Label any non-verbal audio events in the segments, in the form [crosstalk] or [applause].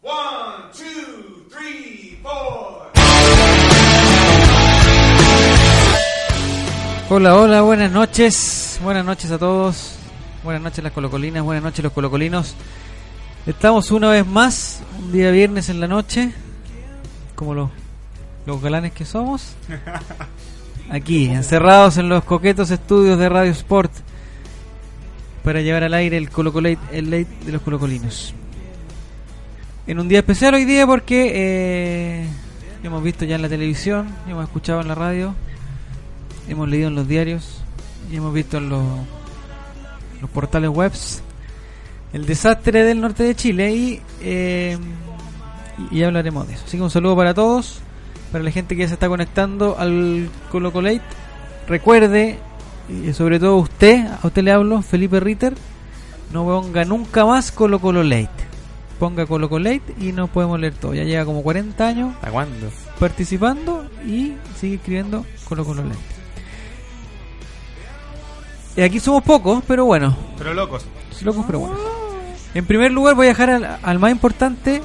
One, two, three, four. Hola, hola, buenas noches. Buenas noches a todos. Buenas noches las colocolinas, buenas noches los colocolinos. Estamos una vez más, un día viernes en la noche, como los, los galanes que somos. Aquí, encerrados en los coquetos estudios de Radio Sport, para llevar al aire el Colocolate, el late de los colocolinos. En un día especial hoy día porque eh, lo hemos visto ya en la televisión, lo hemos escuchado en la radio, hemos leído en los diarios y hemos visto en los, los portales webs el desastre del norte de Chile y, eh, y, y hablaremos de eso. Así que un saludo para todos, para la gente que ya se está conectando al Colocolate. Recuerde, y sobre todo usted, a usted le hablo, Felipe Ritter, no ponga nunca más Colocolate. Ponga Colocolate y no podemos leer todo. Ya lleva como 40 años ¿Hasta cuándo? participando y sigue escribiendo Colo Colo Lente. Y Eh, aquí somos pocos, pero bueno. Pero locos. Locos, pero bueno. En primer lugar voy a dejar al, al más importante...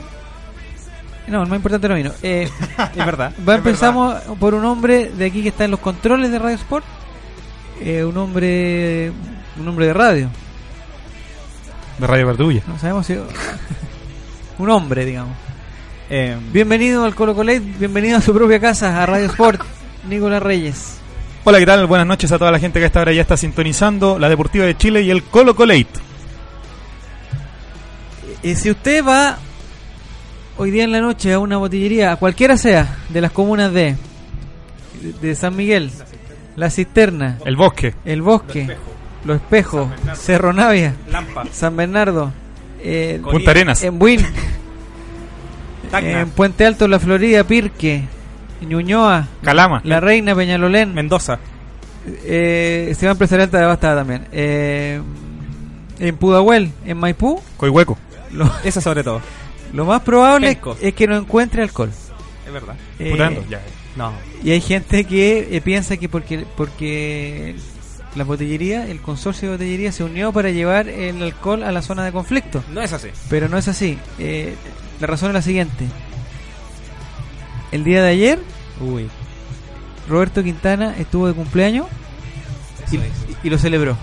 No, el más importante no vino. Eh, [laughs] Es verdad. va- empezamos por un hombre de aquí que está en los controles de Radio Sport. Eh, un hombre... Un hombre de radio. De Radio Verdulla. No sabemos [laughs] si... un hombre, digamos. Bienvenido al Colo Colate, bienvenido a su propia casa, a Radio [laughs] Sport, Nicolás Reyes. hola, ¿qué tal? Buenas noches a toda la gente que hasta ahora ya está sintonizando la Deportiva de Chile y el Colo Colate. Y si usted va hoy día en la noche a una botillería, a cualquiera sea, de las comunas de, de San Miguel, La Cisterna, El Bosque. El Bosque, Los Espejos, Cerro Navia, Lampa, San Bernardo, eh, Punta Arenas. en Buin, [laughs] Tacna, en Puente Alto, La Florida, Pirque, Ñuñoa, Calama. La Reina, Peñalolén, Mendoza, Eh, Esteban Empresarial te devastada también. Eh, en Pudahuel, en Maipú, Coihueco. [laughs] lo, esa sobre todo. lo más probable Penco. es que no encuentre alcohol. Es verdad. Eh, Putando. Ya. No, y hay gente que eh, piensa que porque porque la botillería, el consorcio de botillería se unió para llevar el alcohol a la zona de conflicto. no es así. Pero no es así. Eh, la razón es la siguiente. El día de ayer, Uy, Roberto Quintana estuvo de cumpleaños y, y lo celebró.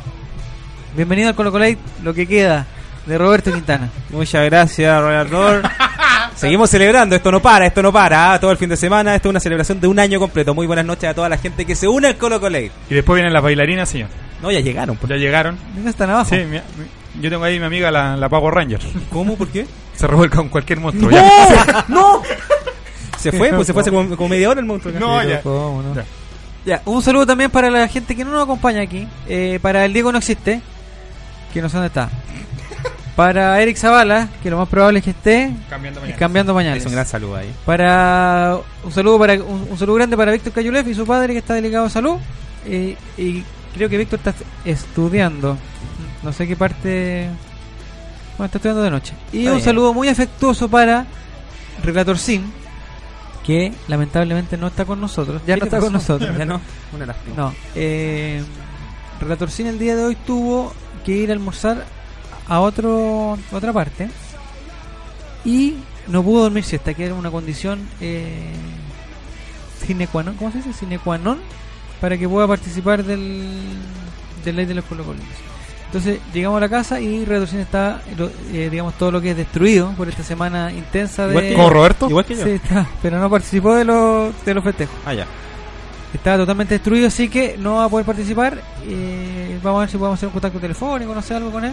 Bienvenido al Colo Colate, lo que queda de Roberto Quintana. muchas gracias, Ronaldor. [laughs] Seguimos celebrando, esto no para, esto no para, ah, todo el fin de semana, esto es una celebración de un año completo. Muy buenas noches a toda la gente que se une al Colo Colate. Y después vienen las bailarinas, señor. No, ya llegaron. Ya llegaron. Mira, están abajo. Sí, mi- mi- yo tengo ahí mi amiga, la, la Power Ranger. ¿Cómo? ¿Por qué? Se revuelca con cualquier monstruo. ¡No! ya. ¡No! Se fue, pues se fue hace como, como media hora el monstruo. No, ya. ¿Cómo no? Ya. Ya, un saludo también para la gente que no nos acompaña aquí. Eh, para el Diego no existe, que no sé dónde [laughs] está. Para Eric Zavala, que lo más probable es que esté Cambiando eh, mañana. cambiando Es pañales. un gran saludo ahí. Para un saludo para un, un saludo grande para Víctor Cayulef y su padre que está delicado de salud. Eh, y creo que Víctor está estudiando. No sé qué parte. Bueno, está estudiando de noche. Y Está un bien. saludo muy afectuoso para Relator Sim, que lamentablemente no está con nosotros. Ya ¿Qué no le está con pasó? [laughs] nosotros. Ya no. Una lástima. No. Eh, Relator Sin el día de hoy tuvo que ir a almorzar a otro otra parte y no pudo dormir siesta, que era una condición eh, sine qua non, ¿cómo se dice? Sine qua non, para que pueda participar del, del ley de los colocolinos. Entonces llegamos a la casa y Relator Sin está, lo- eh, digamos, todo lo que es destruido por esta semana intensa de... ¿Con Roberto? Igual que yo. Sí, está, pero no participó de los, de los festejos. Ah, ya. Estaba totalmente destruido, así que no va a poder participar. Eh, vamos a ver si podemos hacer un contacto telefónico, no sé, algo con él.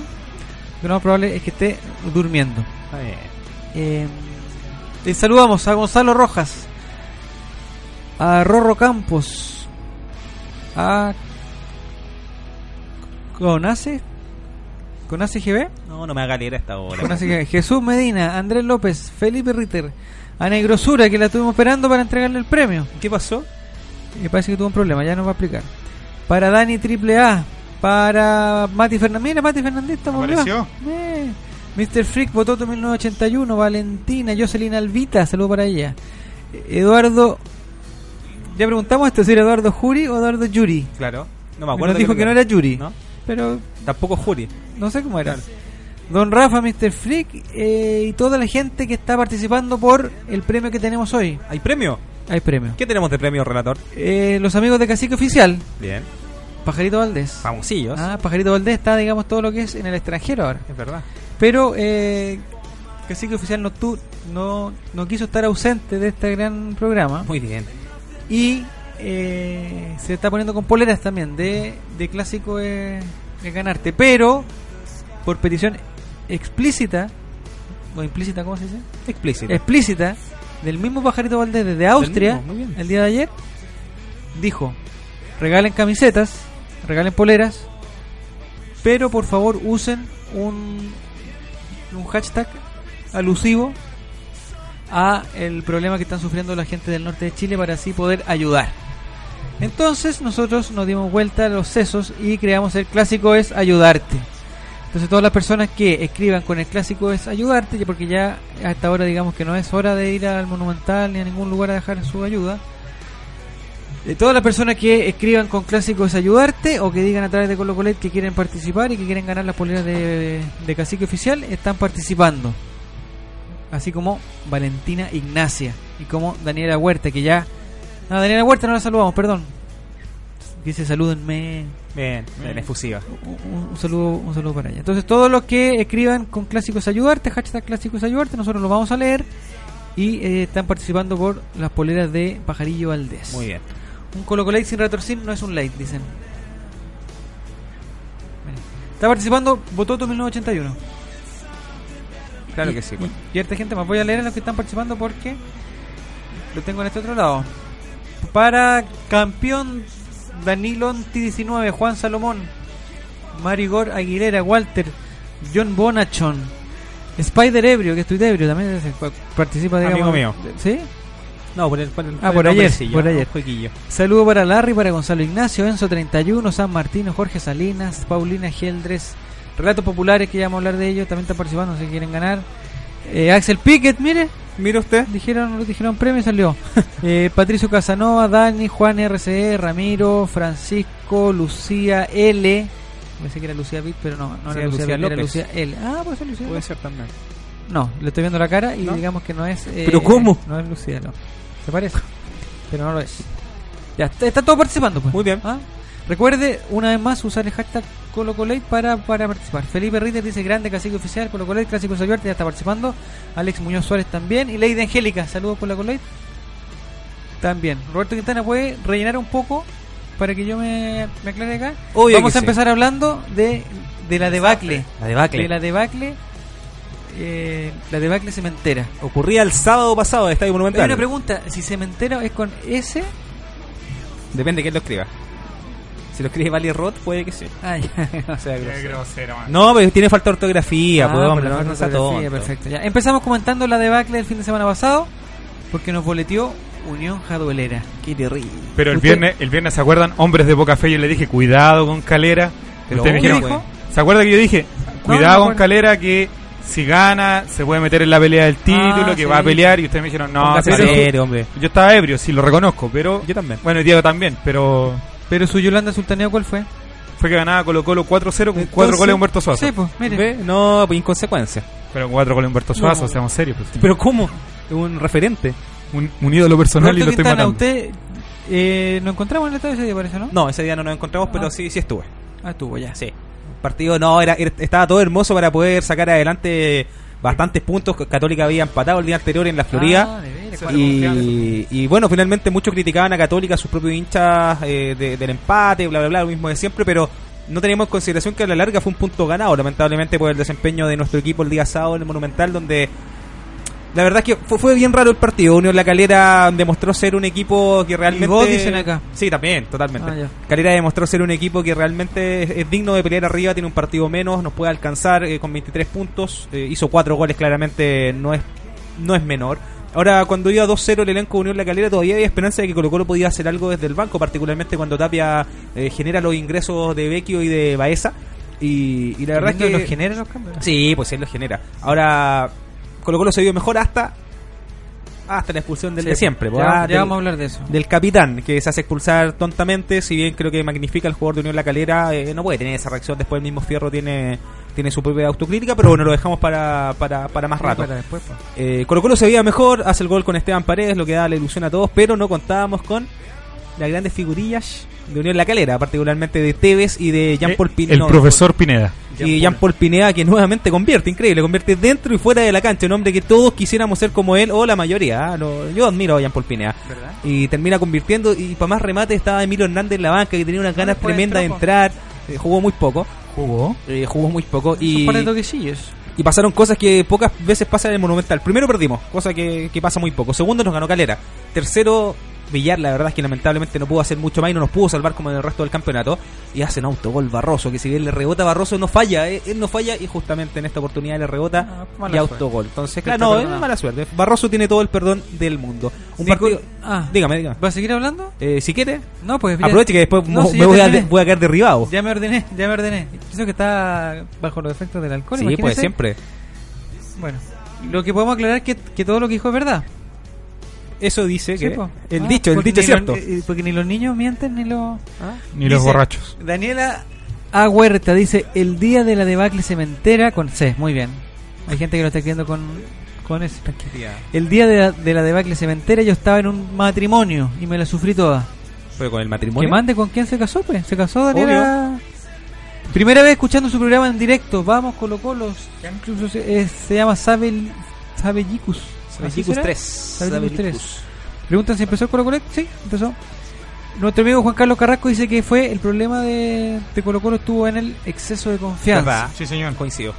Lo más probable es que esté durmiendo. Eh, y saludamos a Gonzalo Rojas, a Rorro Campos, a Conace, Conace GB, No, no me haga leer a esta hora. Conace GB, Jesús Medina, Andrés López, Felipe Ritter, a Negrosura que la estuvimos esperando para entregarle el premio. ¿Qué pasó? Me parece que tuvo un problema, ya nos va a explicar. Para Dani Triple A, para Mati Fernández. Mira, Mati Fernández está volvió. Apareció. Eh. Mr. Freak, Bototo 1981, Valentina, Jocelyn Alvita, saludo para ella. Eduardo. Ya preguntamos esto, si era Eduardo Juri o Eduardo Yuri. Claro. No me Nos acuerdo. dijo que no era Yuri, ¿No? pero Tampoco Juri. no sé cómo era. Don Rafa, Mr. Freak eh, y toda la gente que está participando por el premio que tenemos hoy. ¿Hay premio? Hay premio. ¿Qué tenemos de premio, relator? Eh, los amigos de Cacique Oficial, Bien. Pajarito Valdés. Famosillos. Ah, Pajarito Valdés está, digamos, todo lo que es en el extranjero ahora. Es verdad. Pero eh, Cacique Oficial no, tu- no, no quiso estar ausente de este gran programa. Muy bien. Y eh, se está poniendo con poleras también de, de clásico de, de ganarte. Pero por petición explícita, o implícita, ¿cómo se dice? Explícito. Explícita, del mismo Pajarito Valdés desde Austria, mismo, muy bien. el día de ayer, dijo, regalen camisetas, regalen poleras, pero por favor usen un, un hashtag alusivo a el problema que están sufriendo la gente del norte de Chile para así poder ayudar. Entonces nosotros nos dimos vuelta a los sesos y creamos el clásico es ayudarte. Entonces todas las personas que escriban con el clásico es ayudarte, ya- porque ya a esta hora digamos que no es hora de ir al monumental ni a ningún lugar a dejar su ayuda. Eh, todas las personas que escriban con clásico es ayudarte o que digan a través de Colo Colet que quieren participar y que quieren ganar las poleras de, de cacique oficial están participando. Así como Valentina Ignacia y como Daniela Huerta, que ya... No, Daniela Huerta no la saludamos, perdón. Dice salúdenme, Bien. En efusiva. un, un saludo un saludo para ella. Entonces, todos los que escriban con Clásicos Ayudarte, hashtag Clásicos Ayudarte, nosotros los vamos a leer y eh, están participando por las poleras de Pajarillo Valdés. Muy bien. Un Colo Colate sin retorcín no es un late, dicen. Bueno. Está participando Bototo 1981. Claro Y- que sí. pues. Y, y harta gente más. Voy a leer a los que están participando porque lo tengo en este otro lado. Para campeón Danilonti 19, Juan Salomón, Marigor Aguilera, Walter, John Bonachon, Spider Ebrio, que estoy de ebrio también, ese, pa- participa digamos, Amigo mío. ¿Sí? No, por el. Por el Ah, el por ayer, nombrecillo, por ¿no? ayer. Jueguillo. Saludo para Larry, para Gonzalo Ignacio, Enzo 31, San Martino, Jorge Salinas, Paulina Geldres, Relatos Populares, que ya vamos a hablar de ellos, también están participando, si quieren ganar. Eh, Axel Piquet, mire, Mira usted. dijeron, lo dijeron premio y [laughs] salió. Eh, Patricio Casanova, Dani, Juan RCE, Ramiro, Francisco, Lucía L. Pensé que era Lucía Pitt, pero no, no Sí, era Lucía, Lucía Pitt, era López. Lucía L. Ah, pues es Lucía Puede López. ser también. No, le estoy viendo la cara y ¿No? digamos que no es. eh, ¿Pero cómo? No es Lucía, no. ¿Se parece? Pero no lo es. Ya, está, está todo participando, pues. Muy bien. ¿Ah? Recuerde, una vez más, usar el hashtag ColoColate para, para participar. Felipe Ritter dice: Grande cacique oficial, ColoColate, clásico Sayuarte, ya está participando. Alex Muñoz Suárez también. Y Lady Angélica, saludos ColoColate. También. Roberto Quintana puede rellenar un poco para que yo me, me aclare acá. Obvio Vamos que a sí. empezar hablando de, de la debacle La debacle. de la debacle eh, la debacle cementera Ocurría el sábado pasado en Estadio hay Monumental. una pregunta si cementera es con S Depende de quién lo escriba. Si lo escribe Valley Roth, puede que sí. ah, ya, [laughs] o sea, Qué grosero, man. No, pero tiene falta de ortografía, Ah, pues, por hombre, la no, falta no de sea ortografía, tonto. perfecto ya. empezamos comentando la debacle del fin de semana pasado porque nos boleteó Unión Jaduelera Qué terrible. Pero el ¿Usted? viernes, el viernes, ¿se acuerdan? Hombres de Boca Fe, yo le dije, cuidado con Calera. Pero Ustedes me obvio, dijeron, ¿se acuerda que yo dije? no me Cuidado acuerdo. con Calera que si gana se puede meter en la pelea del título, Ah, que sí. va a pelear. Y ustedes me dijeron, no, Ponga pero- serio, hombre. yo estaba ebrio, sí, lo reconozco, pero... Yo también. Bueno, y Diego también, pero pero su Yolanda Sultaneo cuál fue fue que ganaba Colo Colo 4-0 con Entonces- 4 goles de Humberto Suazo. sí pues mire ¿Ve? No, pues inconsecuencia. [laughs] Pero 4 goles de Humberto Suazo, seamos serios. pues. Pero ¿cómo? Es un referente. un, un ídolo personal y Roberto lo estoy Quintana matando. usted eh, nos encontramos en el estadio ese día parece ¿no? No, ese día no nos encontramos, pero Ah. sí, sí estuve. ah estuvo ya Sí. El partido no, era, era- estaba todo hermoso para poder sacar adelante bastantes puntos. Católica había empatado el día anterior en la Florida. Ah, de veras. mira, Sí. cuál- Y, y bueno, finalmente muchos criticaban a Católica, a sus propios hinchas eh, de- del empate, bla, bla, bla, lo mismo de siempre, pero no teníamos en consideración que a la larga fue un punto ganado, lamentablemente, por el desempeño de nuestro equipo el día sábado en el Monumental, donde la verdad es que fue, fue bien raro el partido. Unión La Calera demostró ser un equipo que realmente. Y vos dicen acá. Sí, también, [laughs] totalmente. E. Ah, ya. Calera demostró ser un equipo que realmente es, es digno de pelear arriba, tiene un partido menos, nos puede alcanzar eh, con 23 puntos, eh, hizo 4 goles, claramente no es, no es menor. Ahora, cuando iba 2-0 el elenco de Unión La Calera, todavía había esperanza de que Colo Colo podía hacer algo desde el banco, particularmente cuando Tapia eh, genera los ingresos de Vecchio y de Baeza. Y, y la verdad es que... ¿Lindo los genera los cambios? Sí, pues él lo genera. Ahora, Colo Colo se vio mejor hasta hasta la expulsión del Sí, de siempre. Ya, pues, ah, ya del, vamos a hablar de eso. del capitán, que se hace expulsar tontamente, si bien creo que magnifica al jugador de Unión La Calera, eh, no puede tener esa reacción, después el mismo Fierro tiene tiene su propia autocrítica, pero bueno, lo dejamos para, para, para más rato. Para después, pues. Eh, Colo Colo se veía mejor, hace el gol con Esteban Paredes, lo que da la ilusión a todos, pero no contábamos con las grandes figurillas de Unión La Calera, particularmente de Tevez y de Jean-Paul Eh, Pineda. El profesor Pineda. Y Jean-Paul Pineda que nuevamente convierte, increíble, convierte dentro y fuera de la cancha, un hombre que todos quisiéramos ser como él o la mayoría. ¿ah? Lo- yo admiro a Jean-Paul Pineda. ¿Verdad? Y termina convirtiendo y para más remate estaba Emilio Hernández en la banca que tenía unas ganas después tremendas de entró, po. entrar, eh, jugó muy poco, Jugó. eh, jugó muy poco Son y, par de toquecillos. y pasaron cosas que pocas veces pasan en el Monumental. Primero perdimos, cosa que, que pasa muy poco. Segundo nos ganó Calera. Tercero Villar, la verdad es que lamentablemente no pudo hacer mucho más y no nos pudo salvar como en el resto del campeonato. Y hace un autogol Barroso, que si bien le rebota a Barroso no falla, eh, él no falla y justamente en esta oportunidad le rebota Ah, mala y suerte. autogol. Entonces, Está claro, no, es perdonado. mala suerte. Barroso tiene todo el perdón del mundo. Un Nico- partido- ah. Dígame, dígame. ¿Vas a seguir hablando? Eh, si quiere, No, pues mira. aproveche que después No, mo- sí, me ya voy a, terminé. de- voy a quedar derribado. Ya me ordené, ya me ordené. Eso que está bajo los efectos del alcohol. sí, pues imagínese. siempre. Bueno, lo que podemos aclarar es que, que todo lo que dijo es verdad. Eso dice Sí, que. po. El Ah, dicho, el porque dicho es ni cierto. Ah. los- eh, porque ni los niños mienten ni los. Ni los Dice, borrachos. Daniela A. Huerta dice: El día de la debacle cementera con C. Muy bien. Hay gente que lo está escribiendo con, con S. El día de la, de la debacle cementera yo estaba en un matrimonio y me la sufrí toda. Pero con el Que matrimonio. mande con quién se casó, pues. Se casó Daniela. Primera vez escuchando su programa en directo. Vamos, Colo Colo. Incluso se, eh, se llama Sabel, Sabellicus. ¿Así Sabellicus será? 3. Sabellicus 3. Preguntan si empezó el Colo Colo. Sí, empezó. Nuestro amigo Juan Carlos Carrasco dice que fue el problema de, de Colo Colo estuvo en el exceso de confianza. Verdad. Sí, señor. Coincido.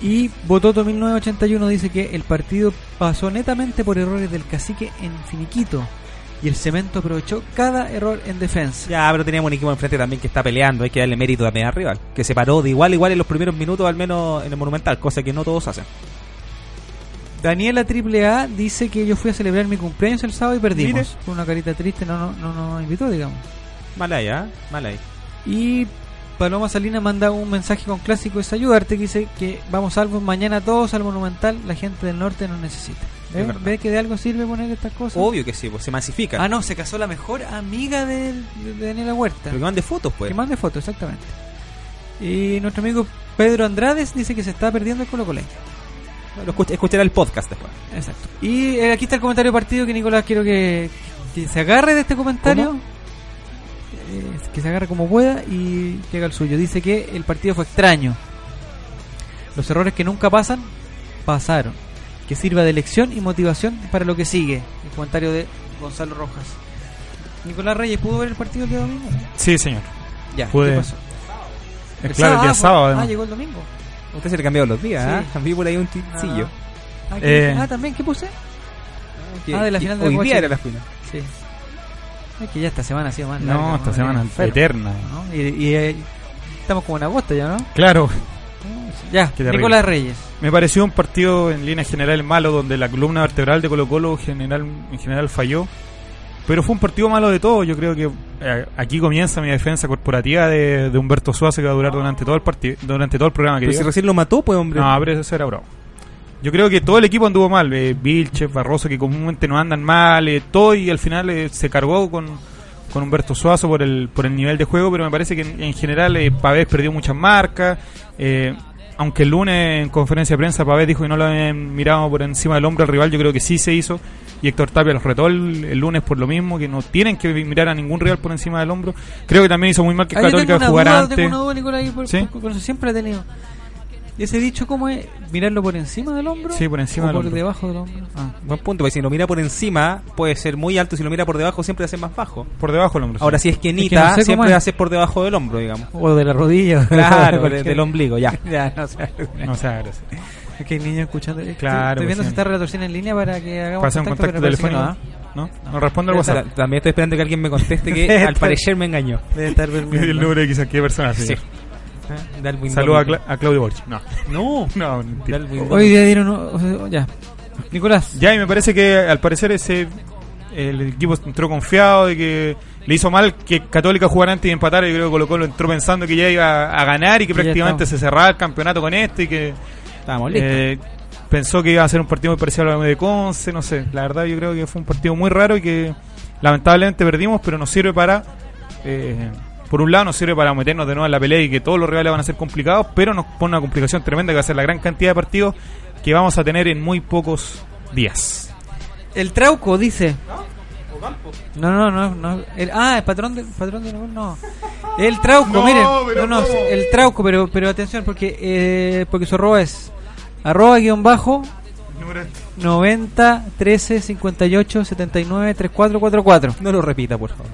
Y Bototo 1981 dice que el partido pasó netamente por errores del cacique en Finiquito. Y el cemento aprovechó cada error en defensa. Ya, pero teníamos un equipo enfrente también que está peleando. Hay que darle mérito también al rival. Que se paró de igual a igual en los primeros minutos, al menos en el Monumental. Cosa que no todos hacen. Daniela AAA dice que yo fui a celebrar mi cumpleaños el sábado y perdimos. Mire. Con una carita triste, no no no nos invitó, digamos. Mal ahí, ¿ah? Mal ahí. Y Paloma Salina manda un mensaje con clásico es ayudarte que dice que vamos algo mañana todos al Monumental, la gente del norte nos necesita. Es ¿Ves? verdad. ¿Ves que de algo sirve poner estas cosas? Obvio que sí, pues se masifica. Ah, no, se casó la mejor amiga del- de, de Daniela Huerta. pero que mande fotos, pues. Que mande fotos, exactamente. Y nuestro amigo Pedro Andrades dice que se está perdiendo el Colo Colo. Lo escucha- escuchará el podcast después. Exacto. Y eh, aquí está el comentario de partido que Nicolás quiero que, que se agarre de este comentario. Eh, que se agarre como pueda y llega al suyo. Dice que el partido fue extraño. Los errores que nunca pasan, pasaron. Que sirva de lección y motivación para lo que sigue. El comentario de Gonzalo Rojas. Nicolás Reyes, ¿pudo ver el partido el día domingo? Sí, señor. Ya, Pude. ¿qué pasó? Eh, claro, el ah, día fue- sábado. Ah, además. llegó el domingo. Usted se le cambió los días, Sí. ¿ah? Cambié por ahí un tuitcillo. Ah, ¿qué Eh. dije? Ah, también, ¿qué puse? Que- Ah, de la que final de la Hoy Copa día Chile. era la final. Sí. Es que ya esta semana ha sido más larga. No, esta una semana manera enferma, eterna. ¿no? Y, y, eh, estamos como en agosto ya, ¿no? Claro, Ya, Qué terrible. Nicolás Reyes. me pareció un partido en línea general malo donde la columna vertebral de Colo Colo general, en general falló. Pero fue un partido malo de todo. Yo creo que eh, aquí comienza mi defensa corporativa de, de Humberto Suárez que va a durar durante todo el partido, durante todo el programa. Que Pero si diga. recién lo mató, pues, hombre. No, pero eso era broma. Yo creo que todo el equipo anduvo mal. Eh, Vilches, Barroso, que comúnmente no andan mal, eh, todo y al final eh, se cargó con, con Humberto Suazo por el, por el nivel de juego, pero me parece que en, en general eh, Pavés perdió muchas marcas. eh, aunque el lunes en conferencia de prensa Pavés dijo que no lo habían mirado por encima del hombro al rival, yo creo que sí se hizo. Y Héctor Tapia los retó el, el lunes por lo mismo, que no tienen que mirar a ningún rival por encima del hombro. Creo que también hizo muy mal que Ah, yo tengo Católica una jugara duda, antes. tengo una duda, Nicolás, y por, Sí. por- por eso siempre la he tenido. ¿Y ese dicho cómo es? ¿Mirarlo por encima del hombro? Sí, por o encima del por hombro. debajo del hombro. Ah. Buen punto, porque si lo mira por encima puede ser muy alto, si lo mira por debajo siempre hace más bajo. Por debajo el hombro. sí. Ahora, si es Es que quenita, no sé cómo siempre es. haces por debajo del hombro, [laughs] digamos. O de la [laughs] rodilla. [laughs] Claro, Porque- del, del ombligo, ya. [laughs] Ya, no sé. No sea gracia. Es que hay niños escuchando. Estoy- Claro, Estoy viendo pues, si sí. está relación en línea para que hagamos Pasa un contacto pero parece que telefónico. no, No, no, no responde al Ta- WhatsApp. También estoy esperando que alguien me conteste [laughs] que al parecer me engañó. ¿ah? Debe [laughs] estar durmiendo. El número de quizás qué persona. Sí. ¿Eh? señor. Darwin Saluda a, Dominic. Cla- a Claudio Borch. No, No. no, mentira. Darwin Dominic. Hoy día dieron. o- o- ya. Nicolás. Ya, y me parece que al parecer ese el equipo entró confiado de que le hizo mal que Católica jugara antes y empatara. Yo creo que Colo Colo entró pensando que ya iba a ganar y que Y ya prácticamente estamos. se cerraba el campeonato con esto y que Estábamos listos. eh, pensó que iba a ser un partido muy parecido a lo de Conce. No sé, la verdad yo creo que fue un partido muy raro y que lamentablemente perdimos, pero nos sirve para. eh, por un lado nos sirve para meternos de nuevo en la pelea y que todos los rivales van a ser complicados, pero nos pone una complicación tremenda que va a ser la gran cantidad de partidos que vamos a tener en muy pocos días. El Trauco dice. No, no, no, no. El- ah, el patrón de, patrón de Nebol, no. El Trauco, No, miren. pero no, no, ¿cómo? el Trauco, pero, pero atención, porque, eh, porque su arroba es arroba guión bajo 90 13 58 79 3444. No lo repita, por favor.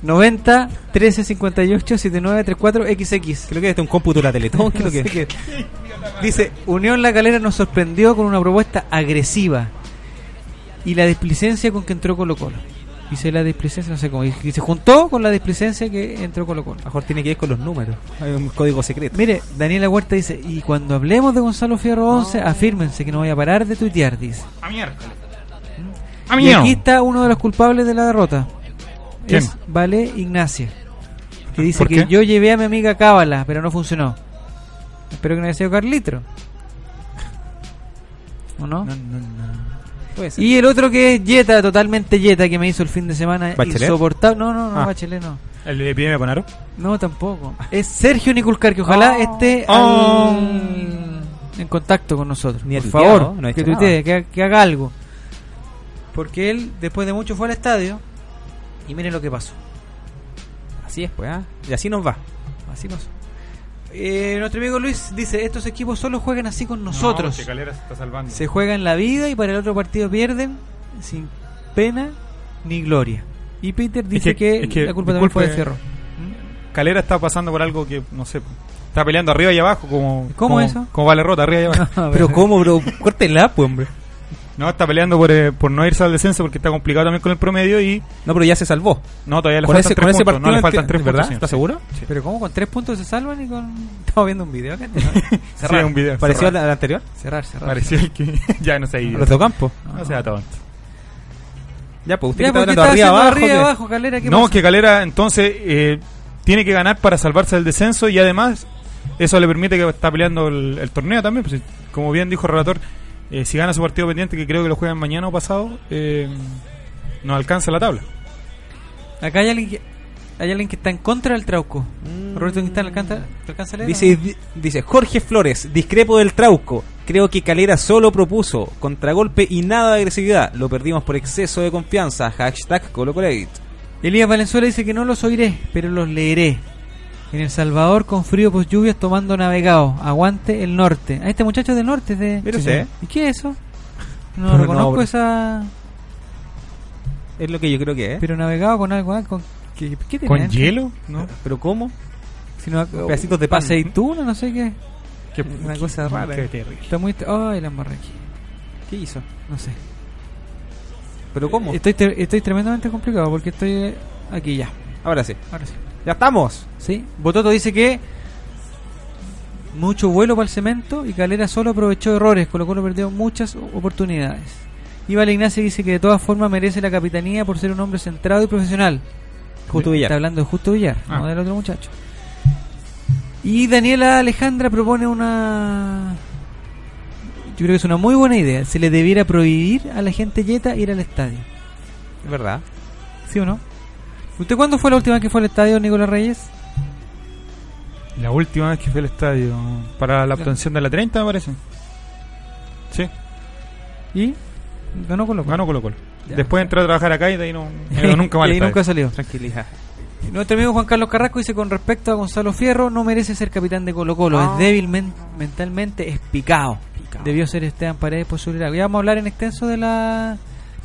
90 13 58 79 34 XX. Creo que este es un cómputo de [laughs] la Teletón. Creo [laughs] que... No sé qué. Dice, Unión La Calera nos sorprendió con una propuesta agresiva y la displicencia con que entró Colo Colo. Dice la displicencia, no sé cómo, y se juntó con la displicencia que entró Colo Colo. A lo mejor tiene que ver con los números. Hay un código secreto. Mire, Daniela Huerta dice, y cuando hablemos de Gonzalo Fierro 11, afírmense que no voy a parar de tuitear, dice. A miércoles. A Y miércoles. aquí está uno de los culpables de la derrota. ¿Quién? Es Valé Ignacia. Que dice ¿Por que qué? yo llevé a mi amiga Cábala, pero no funcionó. Espero que no haya sido Carlitro. ¿O no? No, no, no. Puede ser. Y el otro que es Yeta, totalmente Yeta, que me hizo el fin de semana ¿Bachelet? insoportable. No, no, no, Ah. Bachelet no. ¿El epidemia Panaro? No, tampoco. Es Sergio Niculcar, que ojalá esté al- Oh. en contacto con nosotros. Ni ha por tuiteado, favor, no ha que hecho tuitee, que, ha- que haga algo. Porque él, después de mucho, fue al estadio y miren lo que pasó. Así es, pues. ¿ah? Y así nos va. Así pasó. Eh, nuestro amigo Luis dice, estos equipos solo juegan así con nosotros. se está salvando. se juegan la vida y para el otro partido pierden sin pena ni gloria. Y Peter dice que- que, es que, la culpa también disculpe, fue de Fierro. Calera está pasando por algo que, no sé, está peleando arriba y abajo como... ¿Cómo como- eso? Como vale rota, arriba y abajo. [laughs] Pero ¿cómo, bro? Córtenla, pues, hombre. no, está peleando por, eh, por no irse al descenso porque está complicado también con el promedio y... No, pero ya se salvó. No, todavía le Con faltan ese, tres con ese puntos. partido, No le faltan enti- tres ¿verdad? puntos, señor. ¿Estás seguro? Pero como con tres puntos se salvan y [laughs] con... Estaba viendo un video acá. ¿no? Sí, Cerrar, un video. ¿Pareció al cerrado. al anterior? cerrar, cerrar. Pareció el que... [laughs] ya, no sé. ahí- ¿Los Campo? No sea tonto. Ya, pues usted Ya, que porque está hablando está arriba, haciendo abajo. arriba, ¿qué? abajo, Calera, ¿qué No, pasa? que Calera entonces eh, tiene que ganar para salvarse del descenso y además eso le permite que está peleando el, el torneo también. pues, como bien dijo el relator, eh, si gana su partido pendiente, que creo que lo juegan mañana o pasado, eh, nos alcanza la tabla. Acá hay alguien que... Hay alguien que está en contra del Trauco. Roberto Quintana, ¿alcanza, ¿te alcanza a leer? Dice, di- dice Jorge Flores, discrepo del Trauco. Creo que Calera solo propuso contragolpe y nada de agresividad. Lo perdimos por exceso de confianza. Hashtag ColoColedit. Elías Valenzuela dice que no los oiré, pero los leeré. En El Salvador, con frío post lluvias, tomando navegado. Aguante el norte. A este muchacho es del norte, es de... Mira usted. ¿Y qué es eso? No Pero lo no, conozco bro. esa... Es lo que yo creo que es. Pero navegado con algo... ah, Con, ¿Qué, qué tenía ¿Con dentro? hielo? ¿No? ¿Pero cómo? Sino, pedacitos de pan. aceituna, no sé qué. Qué- Una cosa rara. Qué terrible. Está muy... Ay, la embarré aquí. ¿Qué hizo? No sé. ¿Pero cómo? Estoy, te- estoy tremendamente complicado porque estoy aquí ya. Ahora sí. Ahora sí. ¡Ya estamos! ¿Sí? Bototo dice que mucho vuelo para el cemento y Calera solo aprovechó errores, Colo Colo perdió muchas o- oportunidades. Y Vale Ignacio dice que de todas formas merece la capitanía por ser un hombre centrado y profesional. Justo Está Villar. hablando de Justo Villar, Ah. no del otro muchacho. Y Daniela Alejandra propone una... Yo creo que es una muy buena idea. Se le debiera prohibir a la gente yeta ir al estadio. Es verdad. ¿Sí o no? ¿Usted cuándo fue la última vez que fue al estadio, Nicolás Reyes? La última vez que fui al estadio, para la obtención de la 30 me parece. Sí, ¿Y? Ganó Colo Colo. ganó Colo Colo. Ya. [laughs] Después entré a trabajar acá y de ahí no, no he ido nunca más Y al ahí estadio. nunca salió. Tranquilidad. Nuestro amigo Juan Carlos Carrasco dice con respecto a Gonzalo Fierro, no merece ser capitán de Colo Colo, Ah. es débil men- mentalmente, es picado. Debió ser Esteban Paredes por su liderazgo. Ya vamos a hablar en extenso de la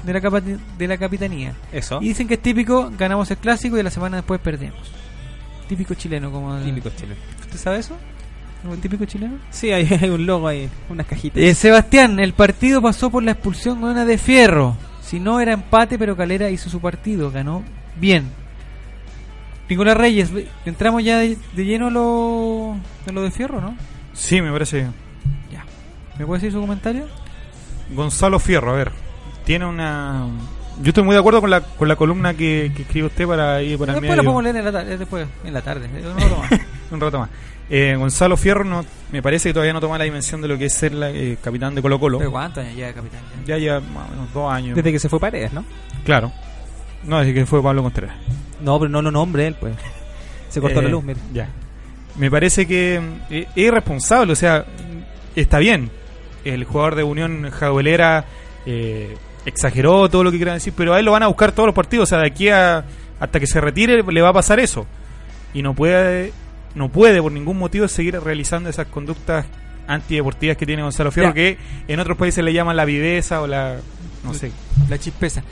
de la, capa- de la capitanía. Eso. Y dicen que es típico, ganamos el clásico y la semana después perdemos. Típico chileno, como el- Típico chileno. ¿Usted sabe eso? ¿Como el típico chileno? Sí, hay, hay un logo ahí, unas cajitas. Eh, Sebastián, el partido pasó por la expulsión de una de Fierro. Si no era empate, pero Calera hizo su partido, ganó bien. Nicolás Reyes, ve- entramos ya de, de lleno a lo, a lo de Fierro, ¿no? Sí, me parece. Ya. ¿Me puede decir su comentario? Gonzalo Fierro, a ver. Tiene una. Yo estoy muy de acuerdo con la, con la columna que, que escribe usted para ir para el después lo medio. podemos leer en la, ta- eh, después, en la tarde. eh, no lo más. un rato más. Eh, Gonzalo Fierro no, me parece que todavía no toma la dimensión de lo que es ser la, eh, capitán de Colo ¿Pero Colo. cuántos años lleva capitán? ya? Ya lleva más o menos dos años. Desde que se fue Paredes, ¿no? Claro. No, desde que fue Pablo Contreras. No, pero no lo nombre él, pues. Se cortó Eh, la luz, mira. Ya. Me parece que mm, es es irresponsable, o sea, mm, está bien. El jugador de Unión Jaulera eh, exageró todo lo que quieran decir, pero a él lo van a buscar todos los partidos, o sea, de aquí a, hasta que se retire le va a pasar eso. Y no puede, no puede por ningún motivo seguir realizando esas conductas antideportivas que tiene Gonzalo Fierro, Ya. que en otros países le llaman la viveza o la... no sé. La chispeza.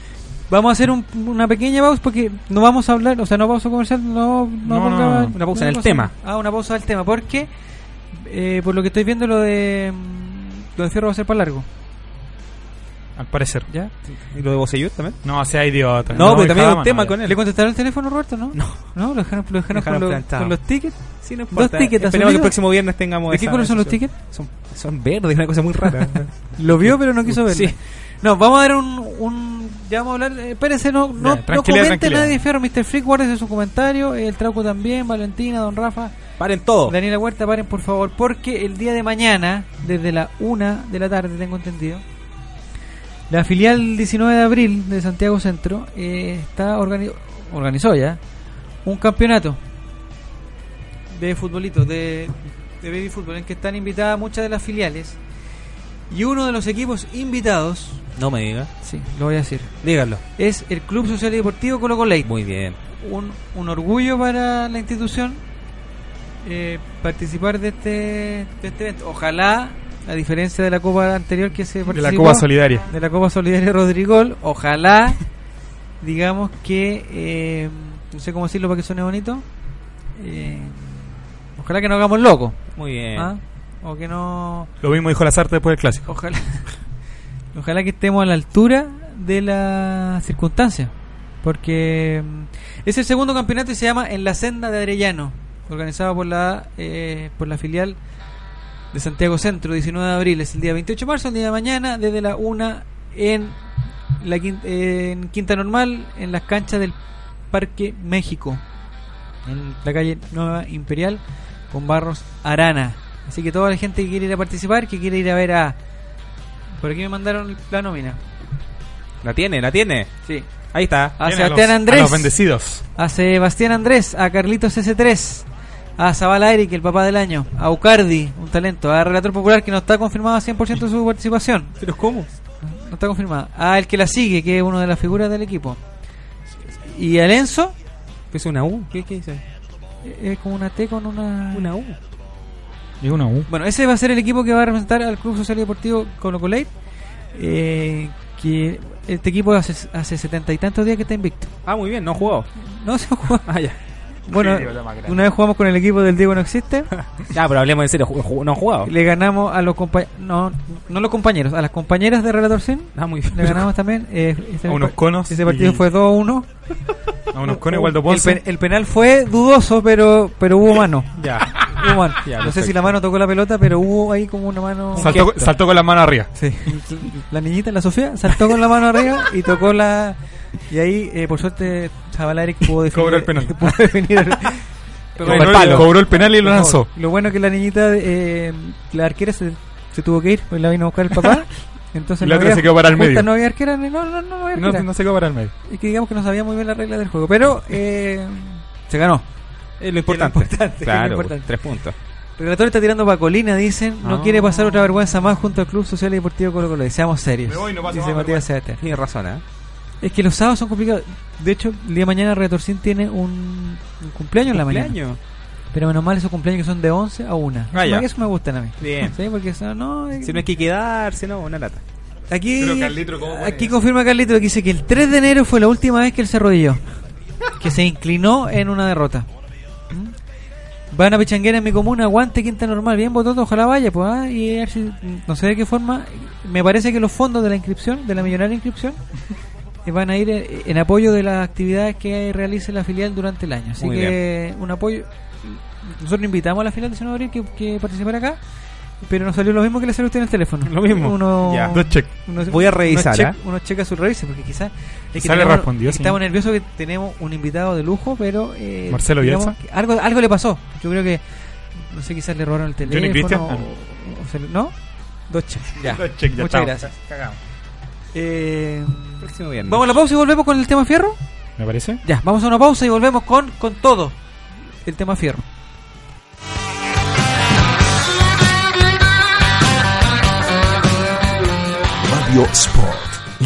Vamos a hacer un- una pequeña pausa porque no vamos a hablar, o sea, no pausa comercial, no, No, ponga- no, no. Una pausa en el cosa- tema. Ah, una pausa del tema, porque eh, por lo que estoy viendo lo de mm, lo de Fierro va a ser para largo, Al parecer. ¿ya? ¿Y lo de Bosellur también? No, o sea idiota. No, pero también hay jamás, un tema no. con ¿Le él. contestaron el teléfono Roberto, no? No. No, lo dejaron, lo dejaron, Dejaron con, los- plantado. con los tickets. Sí, no importa. tickets Esperemos azulitos. que el próximo viernes tengamos. ¿De qué esa color son los decisión. tickets? Son, son verdes, una cosa [laughs] muy rara. Lo vio pero no quiso verlo. Sí. No, vamos a dar un, un- ya vamos a hablar, eh, espérense, no, no, no comente tranquilidad, tranquilidad. nada de Fierro, Mr. Freak, guárdese su comentario, el Trauco también, Valentina, Don Rafa. Paren todo. Daniela Huerta, paren por favor, porque el día de mañana, desde la 1 de la tarde, tengo entendido, la filial 19 de abril de Santiago Centro eh, está organi- organizó ya un campeonato de futbolitos, de, de baby fútbol, en que están invitadas muchas de las filiales. Y uno de los equipos invitados, No me diga. sí, lo voy a decir, Díganlo. es el Club Social y Deportivo Colo Colo Muy bien. un, un orgullo para la institución eh, participar de este, de este evento. Ojalá, a diferencia de la Copa anterior que se De la participó, Copa Solidaria. de la Copa Solidaria Rodrigol, ojalá, digamos que, eh, no sé cómo decirlo para que suene bonito, eh, ojalá que no hagamos loco, Muy bien. ¿ah? o que no, Lo mismo dijo Lazarte después del clásico. ojalá, [laughs] ojalá que estemos a la altura de las circunstancias. Porque mm, es el segundo campeonato y se llama En la Senda de Arellano, organizado por la, eh, por la filial de Santiago Centro, 19 de abril, es el día 28 de marzo, el día de mañana, desde la 1 en, la quin- en Quinta Normal, en las canchas del Parque México, en la calle Nueva Imperial, con Barros Arana. Así que toda la gente que quiere ir a participar, que quiere ir a ver a... Por aquí me mandaron la nómina. La tiene, la tiene. Sí. Ahí está. A Tiene Ah, Sebastián los- A los Andrés, bendecidos. a Sebastián Andrés, a Carlitos S3, a Zabala Eric, el papá del año, a Ucardi, un talento, a Relator Popular, que no está confirmado 100% su participación. ¿Pero cómo? No está confirmada. Ah, el que la sigue, que es una de las figuras del equipo. Y al Enzo pues ¿Es una U? ¿Qué, qué dice? eh, es como una T con una... Una U. Es una U. Bueno, ese va a ser el equipo que va a representar al Club Social y Deportivo Colo Colate. Eh, que este equipo hace, hace setenta y tantos días que está invicto. Ah, muy bien, no jugó. No se juega. [laughs] Ah, ya. Bueno, Sí, la más grande. una vez jugamos con el equipo del Diego No Existe. [laughs] Ya, pero hablemos en serio. ju- ju- No ha jugado. Le ganamos a los compañeros... No, no los compañeros, a las compañeras de Relator Sin. Ah, muy bien. Le ganamos también. eh, este- A unos conos. Ese partido y- fue 2-1. A unos conos, Waldo El, Ponce. pen- el penal fue dudoso, pero pero hubo mano. [laughs] Ya. Hubo mano. Ya, no sé perfecto. si la mano tocó la pelota, pero hubo ahí como una mano. Saltó, gesto. saltó con las manos arriba. Sí. La niñita, la Sofía, saltó con la mano arriba y tocó la. Y ahí, eh, por suerte, Chaval Eric pudo definir. Cobró el penal. pudo definir el- Pegó Cobró el palo. cobró el penal y lo lanzó. Lo bueno que la niñita, eh, la arquera se, se tuvo que ir, pues la vino a buscar el papá. Entonces Y la no otra había- se quedó para el puta, medio. No había arquera, ni- no, no, no, había No, arquera. no se quedó para el medio. Es que digamos que no sabía muy bien la regla del juego, pero eh, se ganó. Es lo importante. importante, Claro, [laughs] es lo importante. tres puntos. Relator está tirando para Colina, dicen. No Ah. quiere pasar otra vergüenza más junto al Club Social y Deportivo Colo Colo. Seamos serios. Me voy, no pasa dice más Matías Sebastián. Tienes razón, ¿eh? Es que los sábados son complicados. De hecho, el día de mañana Retorcín tiene un, un cumpleaños en la mañana. Cumpleaños. Pero menos mal esos cumpleaños que son de 11 a 1. Ah, ya. Eso me gustan a mí. Bien. Sí, porque eso no... es- Si no hay que quedarse, no, una [laughs] lata. Aquí, Pero Carlito, ¿cómo pone aquí eso? confirma Carlito que dice que el 3 de enero fue la última vez que él se arrodilló. que se inclinó en una derrota. ¿Mm? Van a Pichanguera en mi comuna, aguante quinta normal, bien vototo, ojalá vaya, pues, ah, y a ver si- no sé de qué forma, me parece que los fondos de la inscripción, de la millonaria inscripción, eh, van a ir eh, en apoyo de las actividades que realice la filial durante el año. Así Muy que un apoyo, nosotros invitamos a la filial de 19 de abril que, que participara acá, pero nos salió lo mismo que le salió a usted en el teléfono. Lo mismo. Uno, Ya. Dos check. uno- Voy a revisar, Uno, checa- ¿ah? uno checa su revistas porque quizás. es Quizá ¿eh? le tenemos- respondió, es que Estamos sí. nerviosos que tenemos un invitado de lujo, pero. eh, Marcelo digamos Bielsa. que Algo, algo le pasó. Yo creo que. No sé, quizás le robaron el teléfono. Christian? o- Ah, no. o- o se le- ¿No? Dos cheques. Dos check, ya Muchas estamos. gracias. Eh, Próximo viernes. vamos a la pausa y volvemos con el tema fierro. ¿Me parece? Ya, vamos a una pausa y volvemos con, con todo el tema fierro. Radio Sport,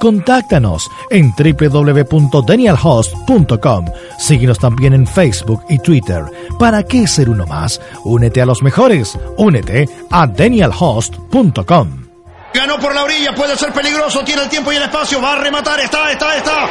Contáctanos en www.danielhost.com. Síguenos también en Facebook y Twitter. ¿Para qué ser uno más? Únete a los mejores. Únete a danielhost.com. Ganó por la orilla, puede ser peligroso, tiene el tiempo y el espacio, va a rematar, está, está, está. ¡Gol!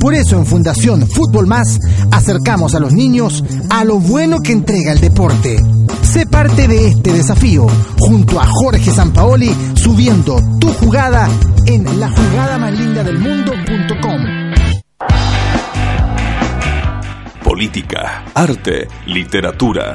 Por eso en Fundación Fútbol Más acercamos a los niños a lo bueno que entrega el deporte. Sé parte de este desafío junto a Jorge Sampaoli subiendo tu jugada en la jugada más linda del política, arte, literatura,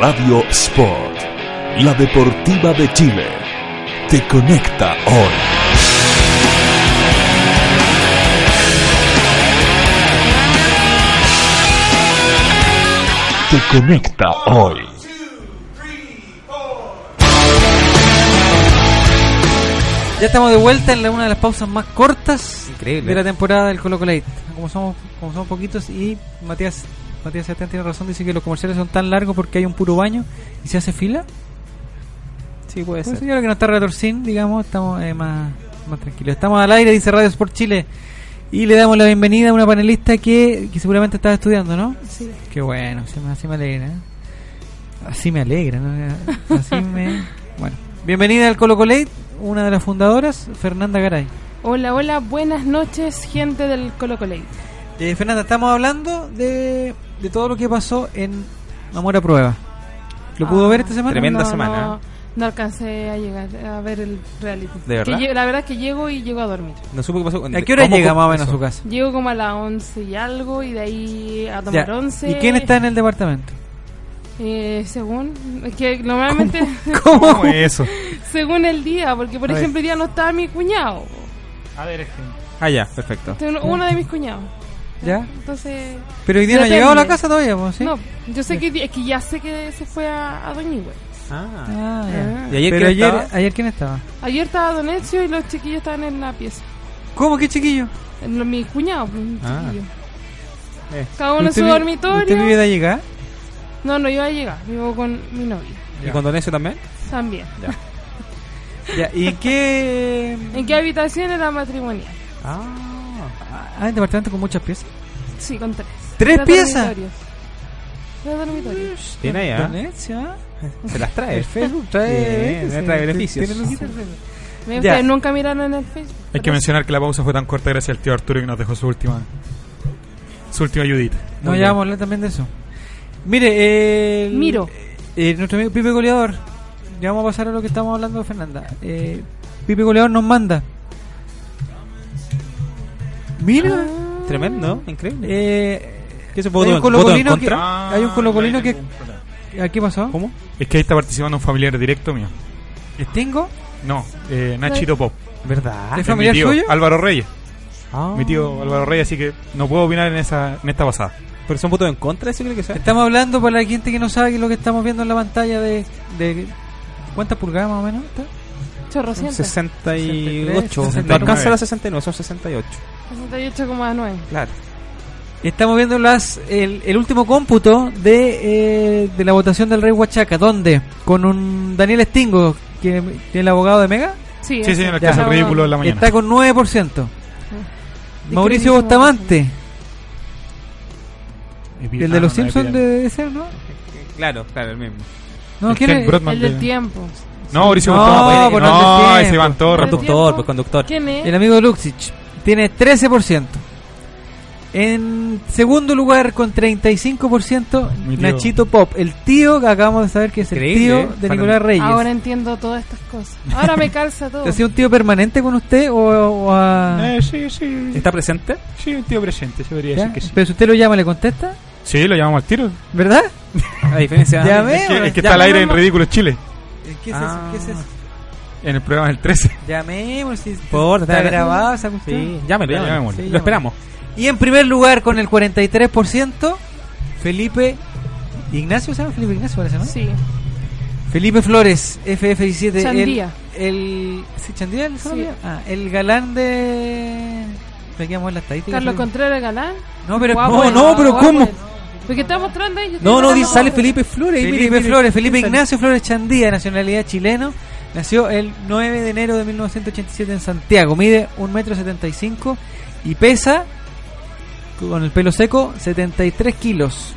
Radio Sport, la deportiva de Chile. Te conecta hoy. Te conecta hoy. Ya estamos de vuelta en la- una de las pausas más cortas Increíble. de la temporada del Colo Colate. Como somos, como somos poquitos y Matías Matías Sebastián tiene razón, dice que los comerciales son tan largos porque hay un puro baño y se hace fila. Sí, puede Pues ser. yo creo que no está retorcín, digamos, estamos eh, más, más tranquilos. Estamos al aire, dice Radio Sport Chile. Y le damos la bienvenida a una panelista que, que seguramente estaba estudiando, ¿no? Sí. Qué bueno, se me- así me alegra. ¿eh? Así me alegra, ¿no? Así me... Bueno, bienvenida al Colo Colate, una de las fundadoras, Fernanda Garay. Hola, hola, buenas noches, gente del Colo Colate. Eh, Fernanda, estamos hablando de, de todo lo que pasó en Amor a Prueba. ¿Lo pudo Ah, ver esta semana? Tremenda no, semana. No, no alcancé a llegar a ver el reality. ¿De verdad? Que lle- la verdad es que llego y llego a dormir. No supe qué pasó. con- ¿A qué hora ¿Cómo llega co- más o menos a eso? su casa? Llego como a las 11 y algo y de ahí a Ya. tomar 11. ¿Y quién está en el departamento? Eh, según, es que normalmente, ¿Cómo es eso? [laughs] según el día, porque por A ver. ejemplo, ya no estaba mi cuñado, A ver, este. es que... Ah, ya, perfecto. Este, uno- uno de mis cuñados. ¿Ya? Entonces, Pero hoy día no ha Depende. llegado a la casa todavía, pues, ¿sí? no, yo sé que, es que ya sé que se fue a, a Doñigüe. Ah. Ah, ya. Ah. ¿Y Pero ayer quién ayer, estaba? ayer, ¿quién estaba? Ayer estaba Don Ezio y los chiquillos estaban en la pieza. ¿Cómo? ¿Qué chiquillo? En lo- mi cuñado, pues, mi Ah. chiquillo. Eh. Cada uno en su vi- ¿Usted dormitorio. vive de ¿ah? llegar? No, no iba a llegar, vivo con mi novia ¿Y con Don Ezio también? también. Ya. ¿Y en qué...? [laughs] ¿En qué habitación era matrimonial? Ah. Ah, el departamento con muchas piezas. Sí, con tres. ¿Tres piezas? dormitorios. Tres dormitorios. Tiene ahí, ¿ah? Venecia, ¿ah? Se las trae. El Facebook trae... Bien, eh, beneficios. trae beneficios. Tiene lujita el Facebook. Me- Ya. Ustedes nunca miraron en el Facebook. Hay que pero mencionar que la pausa fue tan corta gracias al tío Arturo que nos dejó su última su última ayudita. No, Muy ya bien. vamos a hablar también de eso. Mire, el- Miro. eh, nuestro amigo Pipe Goleador. Ya vamos a pasar a lo que estamos hablando, Fernanda. Eh, Pipe Goleador nos manda. Mira. Tremendo, increíble. Mm. Eh, Ah. ¿Qué se hay puede un colocolino que- contra? hay un colocolino que... ¿A qué pasó? ¿Cómo? Es que ahí está participando un familiar directo mío. ¿Les tengo? No, eh, Nachito Pop. ¿Verdad? ¿Es mi familiar tío, suyo? Oh. Álvaro Reyes. Ah. Mi tío Álvaro Reyes, así que no puedo opinar en esa en esta pasada. ¿Pero son votos en contra? ¿Eso creo que sea? Estamos hablando para la gente que no sabe que lo que estamos viendo en la pantalla de... de ¿Cuántas pulgadas más o menos? está? Chorrocientos. 68. 63, No alcanza la 69, son 68. 68,9. Claro. Estamos viendo las el, el último cómputo de, eh, de la votación del Rey Huachaca. ¿Dónde? Con un Daniel Estingo, que que es el abogado de Mega, Sí, Sí, ese. señor, que Ya. hace el ridículo en la que mañana. está con 9%. Mauricio Bustamante, el Ah, de los Simpsons de, de ser, ¿no? Claro, claro, el mismo. No, El ¿quién Ken es? Brodman El de- del tiempo. No, Mauricio No, Bustamante. por el del no, tiempo. ese Iván Torres. Del Conductor, tiempo. pues conductor. ¿Quién es? El amigo Luxich tiene 13%. En segundo lugar, con 35%, Mi tío. Nachito Pop, el tío que acabamos de saber que es el Increíble, tío ¿eh? de Para- Nicolás Reyes. Ahora entiendo todas estas [laughs] cosas. Ahora me calza todo. ¿Ha sido un tío permanente con usted o, o a- Eh, sí, sí. ¿Está presente? Sí, un tío presente, se ya? podría decir que sí. Pero si usted lo llama, ¿le contesta? Sí, lo llamamos al tiro. ¿Verdad? A diferencia Ya de Ah, ve. Es que, es que Ya está al aire en Ah. llamamos. Ridículo Chile, ¿Qué es eso? ¿Qué es eso? en el programa del 13. Llamemos, si está, Por favor, grabado esa cuestión. Sí, llámelo, Ya, llámelo. llamémosle. Sí, Lo esperamos. Y en primer lugar, con el 43%, Felipe Ignacio, ¿se llama Felipe Ignacio? Parece, ¿no? Sí. Felipe Flores, FF17. Chandía. El, el, ¿sí, Chandía? ¿El, Sí. novio? Ah, el galán de... ¿De qué vamos a la estadística? Carlos Sí. Contreras Galán. No, pero... Guapo, no, eh, no, pero guapo, ¿cómo? eh. Porque está mostrando ahí. yo estoy No, no, mirando dice- sale otro. Felipe Flores. ahí, Felipe mire, mire. Flores, Felipe Sale. Ignacio Flores Chandía, de nacionalidad chileno, nació el 9 de enero de 1987 en Santiago, mide 1,75 m y pesa, con el pelo seco, 73 kilos.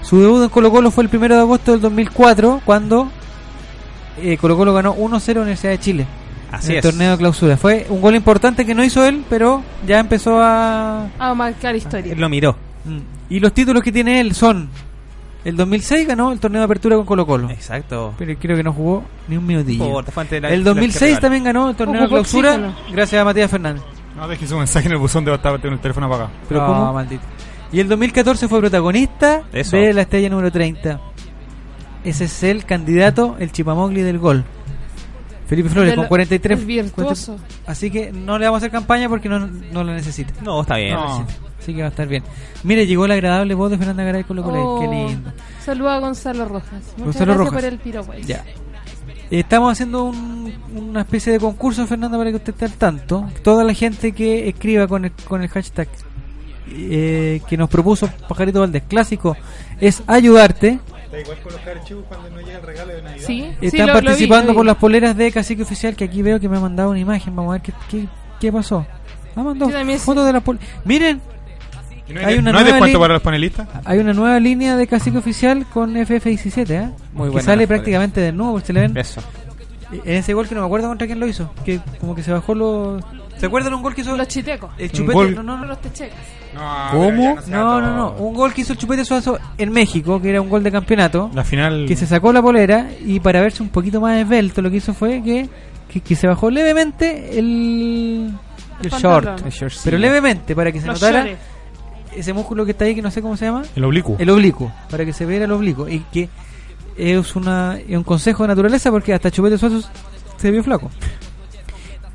Su debut en Colo Colo fue el 1 de agosto del 2004, cuando eh, Colo Colo ganó 1-0 en la Universidad de Chile, en Así el es. torneo de clausura. Fue un gol importante que no hizo él, pero ya empezó a... A marcar Ah, historia. Él lo miró. Mm. Y los títulos que tiene él son... El 2006 ganó el torneo de apertura con Colo Colo. Exacto. Pero creo que no jugó ni un Por minutillo. favor, te fue antes de la- el de la 2006 carrera. también ganó el torneo de Ocupó clausura oxígeno. gracias a Matías Fernández. No dejes su mensaje en el buzón de WhatsApp, tengo el teléfono apagado. Pero Ah, ¿cómo? Y el 2014 fue protagonista Eso. de la estrella número 30. Ese es el candidato, el chipamogli del gol. Felipe Flores De con lo- 43. el virtuoso. 40. así que no le vamos a hacer campaña porque no, no lo necesita. No, está bien. No. Así que va a estar bien. Mire, llegó la agradable voz de Fernanda Garay con lo Oh, Qué lindo. Saluda a Gonzalo Rojas. Muchas Gonzalo gracias Rojas. por el piropo. ahí. Ya. Estamos haciendo un- una especie de concurso, Fernanda, para que usted esté al tanto. Toda la gente que escriba con el, con el hashtag eh, que nos propuso Pajarito Valdés Clásico es ayudarte. Da igual con los carchivos cuando no llega el regalo de Navidad. Sí, sí, Están lo- lo vi, participando lo vi. con las poleras de Cacique Oficial, que aquí veo que me ha mandado una imagen. Vamos a ver qué, qué, qué pasó. Ah, mandó Yo también fotos de las poleras. Miren, ¿Y ¿No hay, Hay de- una no hay nueva descuento ley- para los panelistas? hay una nueva línea de Cacique Oficial con FF17, ¿ah? Muy que buena sale las poleras. prácticamente de nuevo, porque se le [laughs] ven. Eso. En Eh, ese gol que no me acuerdo contra quién lo hizo, que como que se bajó los... ¿Se acuerdan un gol que hizo Los chitecos. el Un gol. Ah, chupete? No, no, no, No los techecas. ¿Cómo? No, no, no. Un gol que hizo el Chupete Suazo en México, que era un gol de campeonato, La final. que se sacó la polera y para verse un poquito más esbelto lo que hizo fue que, que, que se bajó levemente el, El el pantalón. short. El Pero levemente, para que se Los notara shorts. ese músculo que está ahí, que no sé cómo se llama. El oblicuo. El oblicuo, para que se viera el oblicuo. Y que es, una, es un consejo de naturaleza porque hasta Chupete Suazo se vio flaco.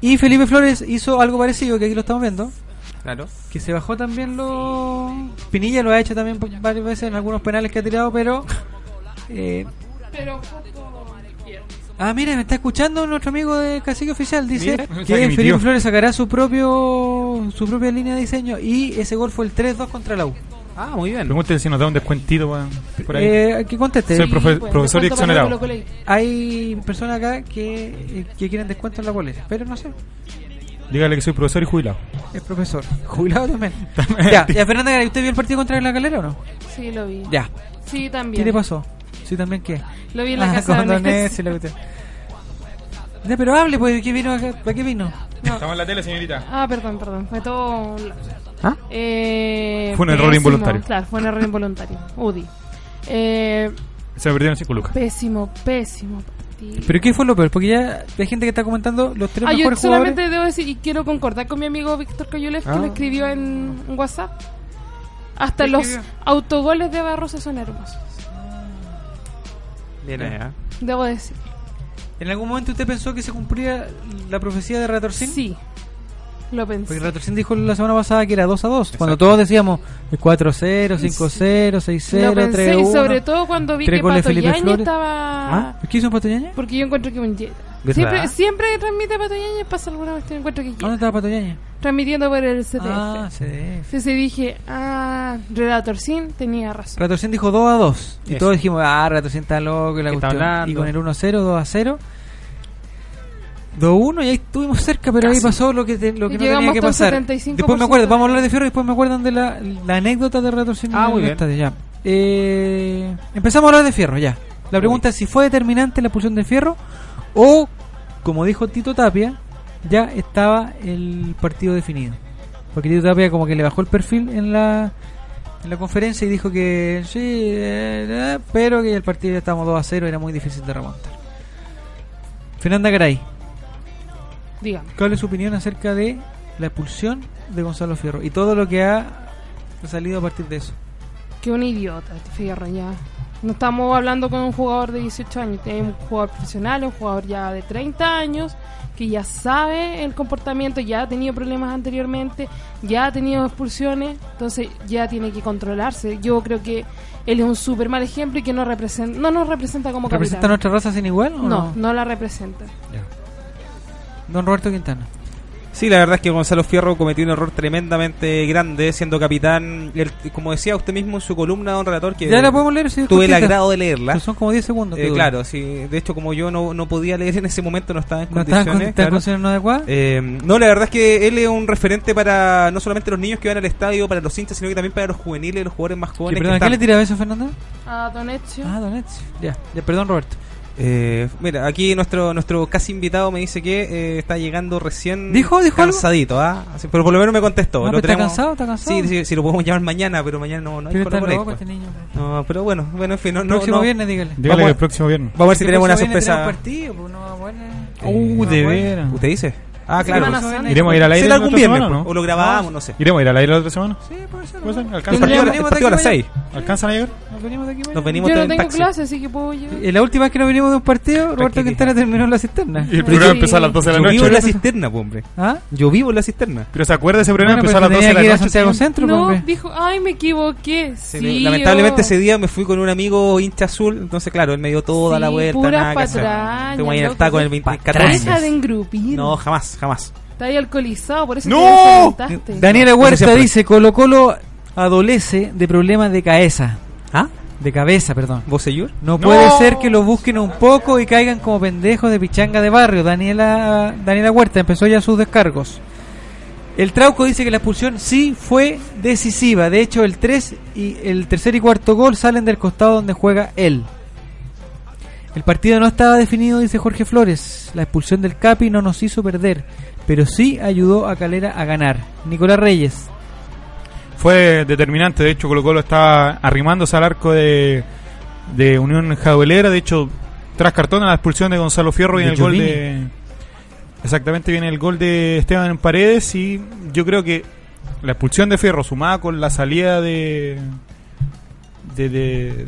Y Felipe Flores hizo algo parecido, que aquí lo estamos viendo. Claro. Que se bajó también los... Pinilla lo ha hecho también po- varias veces en algunos penales que ha tirado, pero... eh, Pero poco Ah, mira, me está escuchando nuestro amigo de Cacique Oficial. Dice Mira, o sea, que que mi Felipe tío. Flores sacará su propio su propia línea de diseño y ese gol fue el 3-2 contra la U. Ah, muy bien. Pregúntenle si nos da un descuentito pa- por ahí. Eh, que conteste. Soy profe- pues, profesor y exonerado. Hay personas acá que, eh, que quieren descuento en la bolera, pero no sé. Dígale que soy profesor y jubilado. Es profesor. [laughs] Jubilado también. ya, ya, Fernanda, Garay, ¿usted vio el partido contra la calera o no? Sí, lo vi. Ya. Sí, ¿Qué también. le pasó? Sí, también qué. Lo vi en la Ah, casa con de Don Andrés. Ezio, la cuestión. Ya, pero hable, pues, ¿qué vino acá? ¿para qué vino? Estamos en la tele, señorita. Ah, perdón, perdón. Fue todo. un- ¿Ah? Eh, Fue un error pésimo. involuntario. Claro, fue un error involuntario. UDI. Eh, Se me perdieron 5 lucas. pésimo, pésimo partido. ¿Pero qué fue lo peor? Porque ya hay gente que está comentando los tres Ah, yo mejores jugadores. solamente debo decir, y quiero concordar con mi amigo Víctor Coyulev, que lo escribió en en WhatsApp. Hasta los autogoles de Barroso son hermosos, Bien, allá. debo decir. ¿En algún momento usted pensó que se cumplía la profecía de Sí, Retorcín? lo pensé. Porque Retorcín dijo la semana pasada que era 2 a 2. Cuando todos decíamos eh, 4-0, 5-0, 6-0, lo pensé, 3-1. y sobre todo cuando vi tres que goles de Pato Felipe Yañez Flores. estaba... ¿Ah? ¿Qué hizo Pato Ñañez? Porque yo encuentro que un jet. ¿Verdad? Siempre, siempre que transmite Pato Yañez pasa alguna cuestión, encuentro que ¿Dónde llega. estaba Pato Ñañez? Transmitiendo por el CTF. Ah, CDF. Entonces dije, ah, Relator Sin tenía razón. Retorcín dijo 2 a 2. Y Eso. todos dijimos, ah, Retorcín está loco. y La ¿Qué está cuestión. hablando? y con el 1 a 0, 2 a 0. 2 a 1 y ahí estuvimos cerca, pero ahí pasó lo que, te- lo que no Llegamos tenía que hasta un pasar. 75%. Después me acuerdo, vamos a hablar de Fierro, después me acuerdan de la, la anécdota de Retorcín. Ah, en muy el bien. estadio, ya. Eh, empezamos a hablar de Fierro, ya. La pregunta es si fue determinante la expulsión de Fierro o, como dijo Tito Tapia, ya estaba el partido definido. Porque Tito Tapia como que le bajó el perfil en la, en la conferencia y dijo que sí, eh, eh, pero que el partido ya estábamos 2 a 0, era muy difícil de remontar. Fernanda Garay, Dígame. ¿cuál es su opinión acerca de la expulsión de Gonzalo Fierro y todo lo que ha salido a partir de eso? Que un idiota, este Fierro, ya. No estamos hablando con un jugador de 18 años, tenemos un jugador profesional, un jugador ya de 30 años, que ya sabe el comportamiento, ya ha tenido problemas anteriormente, ya ha tenido expulsiones, entonces ya tiene que controlarse. Yo creo que él es un súper mal ejemplo y que no, representa, no nos representa como ¿Representa capitán. nuestra raza sin igual o No, no? no la representa. Don Roberto Quintana. Sí, la verdad es que Gonzalo Fierro cometió un error tremendamente grande siendo capitán. El- como decía usted mismo en su columna, don relator, que ya la podemos leer, sí, tuve el cortita. agrado de leerla. Pues Son como 10 segundos. Eh, que dura. claro, sí. De hecho, como yo no, no podía leer en ese momento, no estaba en ¿No estás condiciones. en con- está en claro. condiciones no adecuadas? Eh, no, la verdad es que él es un referente para no solamente los niños que van al estadio, para los hinchas, sino que también para los juveniles, los jugadores más Que, jóvenes. perdón, ¿a que ¿Qué le están- tiraba eso, Fernanda? A Don Ezio. Ah, Don Ezio. Ya, ya, perdón, Roberto. Eh, mira, aquí nuestro nuestro casi invitado me dice que eh, está llegando recién ¿Dijo- dijo algo? cansadito, ¿ah? Así- pero por lo menos me contestó. Ah, lo pero está tenemos- cansado, está cansado. Sí, sí, sí, lo podemos llamar mañana, pero mañana no, no hay Pero está Colo-Colo loco Expo. este niño. No, pero bueno, bueno, en fin, no, no- Próximo no. viernes, dígale. Dígale Vamos- que el próximo viernes. Vamos a ver si El tenemos una próximo viernes sorpresa. tenemos partido, pues, no, bueno. Uh, de bueno. veras. ¿Usted dice? Ah, claro. Semana pues. Santa. Iremos a ir al aire. ¿Será la algún otra viernes? semana, pues, ¿no? ¿O lo grabamos? No sé. Iremos a ir al aire la otra semana. Sí, puede ser. ¿Puede ser? ¿no? ¿Alcanzan a Partido, Tendríamos- Tendríamos- llegar? partido a las 6. ¿Alcanzan a llegar? Nos venimos de aquí, bueno. Nos venimos Yo de no en tengo taxi. clase, así que puedo llevar. Eh, La última vez que nos venimos de un partido, Roberto Tranquilidad. Quintana terminó en la cisterna. Y el Sí. programa empezó a las 12 de la Yo vivo noche. en la cisterna, pues, hombre. ¿Ah? Yo vivo en la cisterna. Pero se acuerda ese programa Bueno, empezó a pero las 12 tenía de que ir la a noche. Santiago señor. Centro, pues, No, hombre. dijo, ay, me equivoqué. Se sí, me- lamentablemente oh. ese día me fui con un amigo hincha azul, entonces claro, él me dio toda Sí, la vuelta, puras nada que hacer. patrañas, Te voy a ir al loco, taco en el son 20, Deja de 14. engrupir. No, jamás, jamás. Está ahí alcoholizado, por eso ¡No! te desalentaste. Daniela Como Huerta siempre. dice: Colo Colo adolece de problemas de cabeza. ¿Ah? De cabeza, perdón. ¿Bocellur? No puede ser que lo busquen un poco y caigan como pendejos de pichanga de barrio. Daniela, Daniela Huerta empezó ya sus descargos. El Trauco dice que la expulsión sí fue decisiva. De hecho, el 3 y el tercer y cuarto gol salen del costado donde juega él. El partido no estaba definido, dice Jorge Flores. La expulsión del Capi no nos hizo perder, pero sí ayudó a Calera a ganar. Nicolás Reyes. Fue determinante, de hecho Colo Colo estaba arrimándose al arco de, de Unión Jaduelera, de hecho tras cartón a la expulsión de Gonzalo Fierro y De el gol Giovini. de... Exactamente, viene el gol de Esteban en Paredes y yo creo que la expulsión de Fierro sumada con la salida de... de, de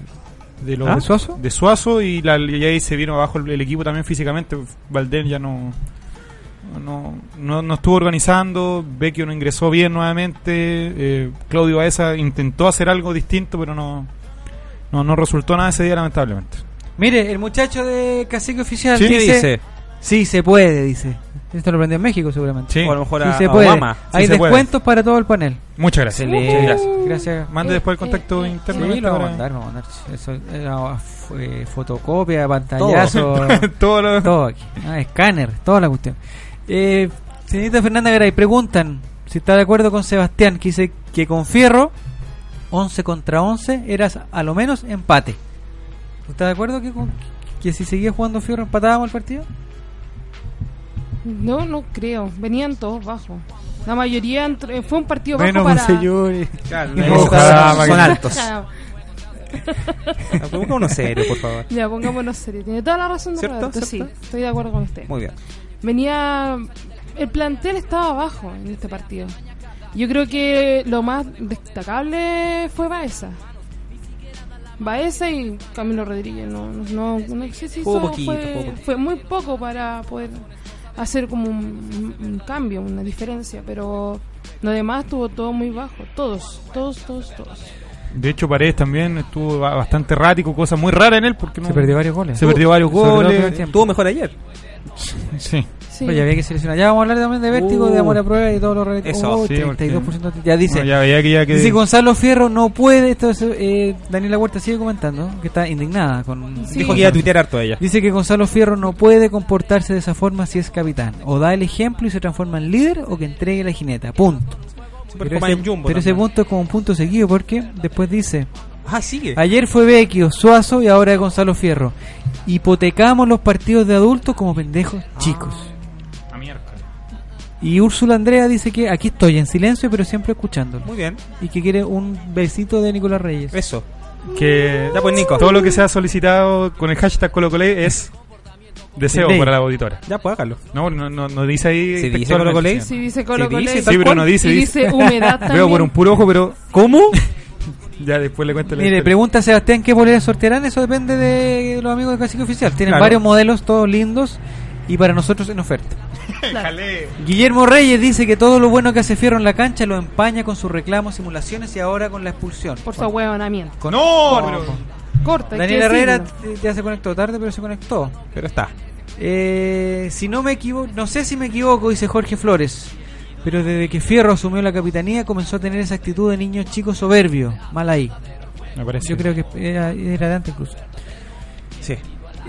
de, los- ¿Ah? ¿De Suazo? de Suazo y, la, y ahí se vino abajo el, el equipo también físicamente. Valdén ya no, no, no, no estuvo organizando, Vecchio no ingresó bien nuevamente, eh, Claudio Baeza intentó hacer algo distinto, pero no, no, no resultó nada ese día lamentablemente. Mire, el muchacho de Cacique Oficial Sí, ¿Qué dice, dice? Sí, se puede, dice. Esto lo aprendió en México seguramente. Sí. O a lo mejor Sí, a, se a puede. Obama. Hay se puede. descuentos para todo el panel. Muchas gracias. Excelente. Gracias. Mande después el contacto interno. Eh, Sí, lo nuestro vamos a para- mandar, lo vamos a mandar. Eso eh, era, fue eh, fotocopia, pantallazo, [laughs] Todo [laughs] lo- todo aquí. Ah, escáner, toda la cuestión. Eh, señorita Fernanda Garay, preguntan si está de acuerdo con Sebastián, que dice que con Fierro, 11 contra 11, eras a lo menos empate. ¿Está de acuerdo que, con- que si seguía jugando Fierro empatábamos el partido? No, no creo. Venían todos bajos. La mayoría entró- eh, fue un partido bajo Menos para. [laughs] Monseñores. Ojalá, son, son Magdalena. altos. Claro. Busca uno serio, por favor. Ya, pongámonos serios. Tiene toda la razón, don ¿Cierto? Roberto. ¿Cierto? Sí, estoy de acuerdo con usted. Muy bien. venía el plantel estaba abajo en este partido yo creo que lo más destacable fue Baeza Baeza y Camilo Rodríguez no no, no, no sé si Jugó hizo- poquito, jugó fue, poquito. fue muy poco para poder hacer como un, un- un cambio una diferencia pero lo demás estuvo todo muy bajo todos todos todos todos De hecho, Paredes también estuvo ba- bastante errático, cosa muy rara en él porque no- Se perdió varios goles. se perdió varios Sobre todo el primer goles. tiempo. Estuvo mejor ayer. Sí. sí. Oye, había que seleccionar. Ya vamos a hablar también de vértigo, Uh. de amor a prueba y todo lo re- Eso, Oh, sí, 32%. Ya dice. Bueno, ya veía que ya que- Dice Gonzalo Fierro no puede, esto es, eh, Daniela Huerta sigue comentando, que está indignada con... Sí. Dijo que iba a tuitear harto ella. Dice que Gonzalo Fierro no puede comportarse de esa forma si es capitán. O da el ejemplo y se transforma en líder o que entregue la jineta. Punto. Super Pero, Copa ese, en Jumbo pero ese también. punto es como un punto seguido porque después dice... Ah, sigue. Ayer fue Vecchio, Suazo y ahora Gonzalo Fierro. Hipotecamos los partidos de adultos como pendejos chicos. Y Úrsula Andrea dice que aquí estoy en silencio pero siempre escuchándolo. Muy bien. Y que quiere un besito de Nicolás Reyes. Eso. que Ya pues, Nico. todo lo que sea solicitado con el hashtag ColoColé es deseo Deseo. para la auditora. Ya, pues hágalo. No, no, no, no dice ahí. Sí, dice textualmente. ColoColé. Sí, dice Colo Sí, Colo dice, y- Sí, pero no dice. y dice. [laughs] dice humedad también Veo por un puro ojo, pero. ¿Cómo? [laughs] Ya después le cuento la Mire, historia. pregunta Sebastián qué polera sortearán, eso depende de los amigos de Cacique Oficial. Tienen Claro. varios modelos, todos lindos, y para nosotros en oferta. Jaleo. Guillermo Reyes dice que todo lo bueno que hace Fierro en la cancha lo empaña con sus reclamos, simulaciones y ahora con la expulsión. por su ahueonamiento Con- No, pero- corta hay que Daniel Herrera decirlo. eh, ya se conectó tarde, pero se conectó. Pero está. Eh, si no me equivoco, no sé si me equivoco, dice Jorge Flores. Pero desde que Fierro asumió la capitanía comenzó a tener esa actitud de niño chico soberbio. Mal ahí. Me parece. Yo creo que era, era de antes incluso. [laughs] Sí.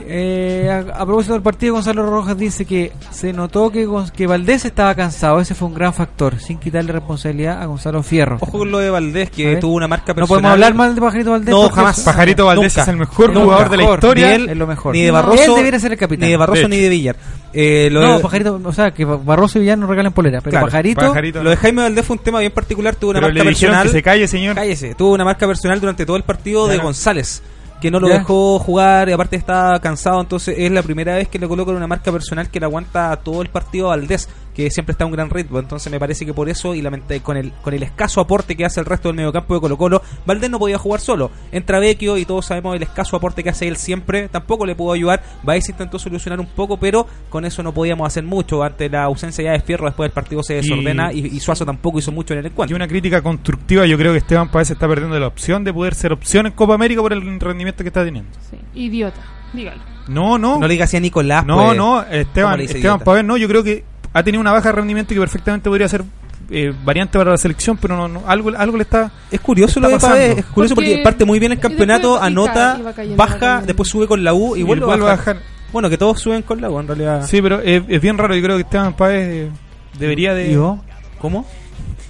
Eh, a, a propósito del partido, Gonzalo Rojas dice que se notó que, Gon- que Valdés estaba cansado. Ese fue un gran factor, sin quitarle responsabilidad a Gonzalo Fierro. Ojo con lo de Valdés, A que ver. tuvo una marca no personal. podemos hablar mal de Pajarito Valdés. No, porque jamás. es- Pajarito Valdés Nunca. es el mejor Nunca. jugador de la Mejor. historia. Ni él, es lo mejor. Ni de Barroso. Él debiera ser el capitán. Ni de Barroso De ni de Villar. Eh, lo, No, pues de, Pajarito, o sea, que Bar- Barroso y Villano regalan polera, pero Claro, Pajarito, Pajarito. lo de Jaime Valdés fue un tema bien particular. Tuvo una Pero le marca dijeron personal. que se calle, señor. Cállese. Tuvo una marca personal durante todo el partido Ya. de González, que no lo Ya. dejó jugar y aparte está cansado. Entonces es la primera vez que le colocan una marca personal que le aguanta todo el partido a Valdés, que siempre está a un gran ritmo. Entonces me parece que por eso y lamente- con el con el escaso aporte que hace el resto del mediocampo de Colo Colo, Valdés no podía jugar solo. Entra Vecchio y todos sabemos el escaso aporte que hace él siempre. Tampoco le pudo ayudar. Baez intentó solucionar un poco, pero con eso no podíamos hacer mucho. Ante la ausencia ya de Fierro, después el partido se desordena y, y Suazo tampoco hizo mucho en el Y encuentro. una crítica constructiva, yo creo que Esteban Paez está perdiendo la opción de poder ser opción en Copa América por el rendimiento que está teniendo. Sí, idiota dígalo No, no. No le digas así a Nicolás. No, pues. no, ¿Cómo Esteban, le dice Esteban idiota? Pavés, no, yo creo que ha tenido una baja de rendimiento que perfectamente podría ser eh, variante para la selección, pero no, no- algo, algo le está. Es curioso Está lo de pasando. Pavés, es curioso porque, Porque- parte muy bien el y después campeonato, pica, anota, y va cayendo, va baja, cayendo. después sube con la U y Y vuelve a vuelve a bajar. bajar. Bueno, que todos suben con la U en realidad. Sí, pero es, es bien raro. Yo creo que Esteban Páez eh, debería de. ¿Y vos? ¿Cómo?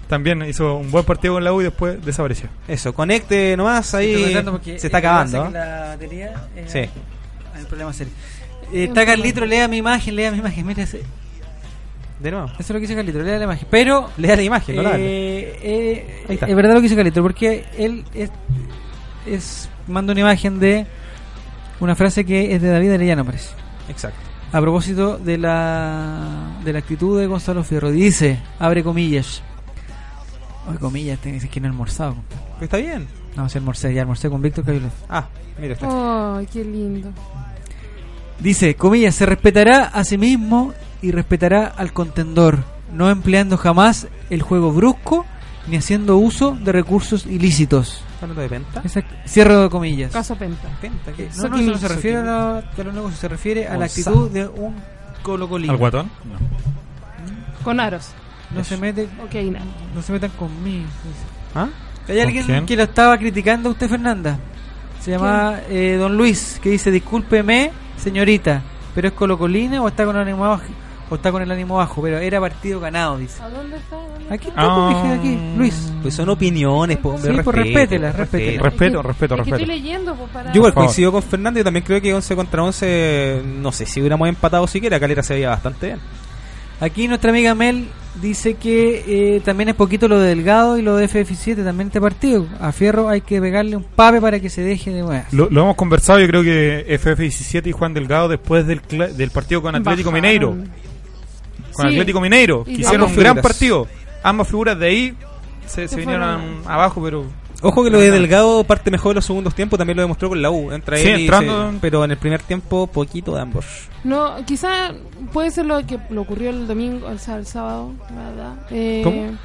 También hizo un buen partido con la U y después desapareció. Eso, conecte nomás ahí. Se está acabando. ¿eh? La batería es- Sí. hay un problema serio. Eh, está Carlitro, lea mi imagen, lea mi imagen. Mira, ese- eso De nuevo. es lo que hizo Carlitro, lea la imagen. Pero Lea la imagen, no la hable. Eh, eh, Ahí está. Es verdad lo que dice Calito, porque él es, es- manda una imagen de una frase que es de David Arellano, parece. Exacto. A propósito de la, de la actitud de Gonzalo Fierro. Y dice, abre comillas. Abre comillas, te dice que no he almorzado. compadre. Está bien. No, si almorcé, ya almorcé con Víctor Cabildo. Ah, mira, está. Ay, qué lindo. Dice, comillas, se respetará a sí mismo y respetará al contendor, no empleando jamás el juego brusco ni haciendo uso de recursos ilícitos. ¿Está hablando de Penta? Esa- Cierro de comillas. Eh, Caso Penta. Penta, ¿qué? No, no, eso no se refiere a, la- a los negocios, se refiere a la Gonzalo. actitud de un colocolino. ¿Al guatón? Con aros. No se mete, Ok, nada. no se metan conmigo. ¿Ah? Hay alguien quién? que lo estaba criticando a usted, Fernanda. Se llama eh, Don Luis, que dice, discúlpeme, señorita, pero es colocolina o está con el ánimo bajo, o está con el ánimo bajo, pero era partido ganado, dice. ¿A dónde está? ¿Dónde está? Ah, Aquí está, pues, dije, aquí, Luis. Pues son opiniones, po, hombre, Sí, pues, respeto, respétela, respétela. Es que- Eh, Respeto, respeto, es que respeto. estoy leyendo, pues, para... Yo igual Por favor. coincido con Fernando, yo también creo que 11 contra 11, no sé si hubiéramos empatado siquiera, Calera se veía bastante bien. Aquí nuestra amiga Mel dice que eh, también es poquito lo de Delgado y lo de FF7 también este partido. A Fierro hay que pegarle un pape para que se deje de weas. Lo, lo hemos conversado, yo creo que FF17 y Juan Delgado después del, cla- del partido con Atlético Bajaron. Mineiro. Con Sí. Atlético Mineiro, Y que hicieron ambas un gran figuras. partido. Ambas figuras de ahí se, se Se vinieron fueron. abajo, pero Ojo que lo de Delgado parte mejor en los segundos tiempos, también lo demostró con la U. Entra Sí, él y entrando- se- pero en el primer tiempo, poquito de ambos. No, quizá puede ser lo que lo ocurrió el domingo, o sea, el sábado, ¿verdad? Eh, ¿Cómo?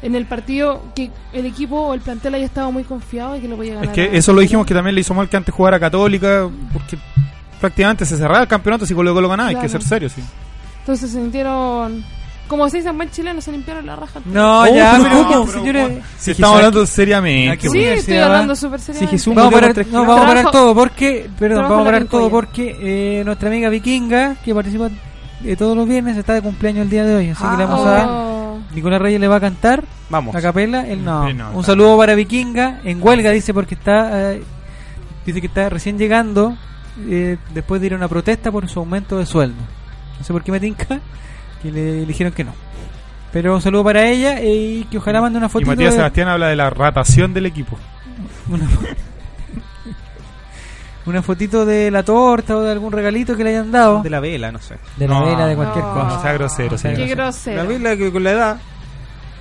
En el partido que el equipo o el plantel haya estado muy confiado y que lo podía es ganar. que eso lo dijimos que también le hizo mal que antes jugara Católica, porque prácticamente se cerraba el campeonato si Colo Colo ganaba, hay que Claro. ser serio, sí. Entonces se sintieron... Como se dice en buen chileno, se limpiaron la raja. No, Oh, ya, pero pero ¿cómo, ¿cómo, señores. Si estamos hablando seriamente. Ah, qué sí, estoy universidad, hablando va. súper Sí, seriamente. Jesús. Vamos a parar, Trabajo- no, vamos a parar todo porque, perdón, Trabajo vamos a en la parar todo pincoya. porque eh, nuestra amiga Vikinga, que participa eh, todos los viernes, está de cumpleaños el día de hoy. Así que le vamos a. Oh. Nicolás Reyes le va a cantar Vamos. a capela. Él no. Sí, no, Un no. saludo para Vikinga. En huelga dice porque está. eh, dice que está recién llegando eh, después de ir a una protesta por su aumento de sueldo. No sé por qué me tinca que le dijeron que no. Pero un saludo para ella eh, y que ojalá mande una Y foto. Matías Sebastián habla de la ratación del equipo. Una, fo- [laughs] una fotito de la torta o de algún regalito que le hayan dado. De la vela, no sé. De la No. vela, de cualquier No. cosa. No sea grosero, sea Ah, Qué Qué grosero. La grosero. vela que con la edad.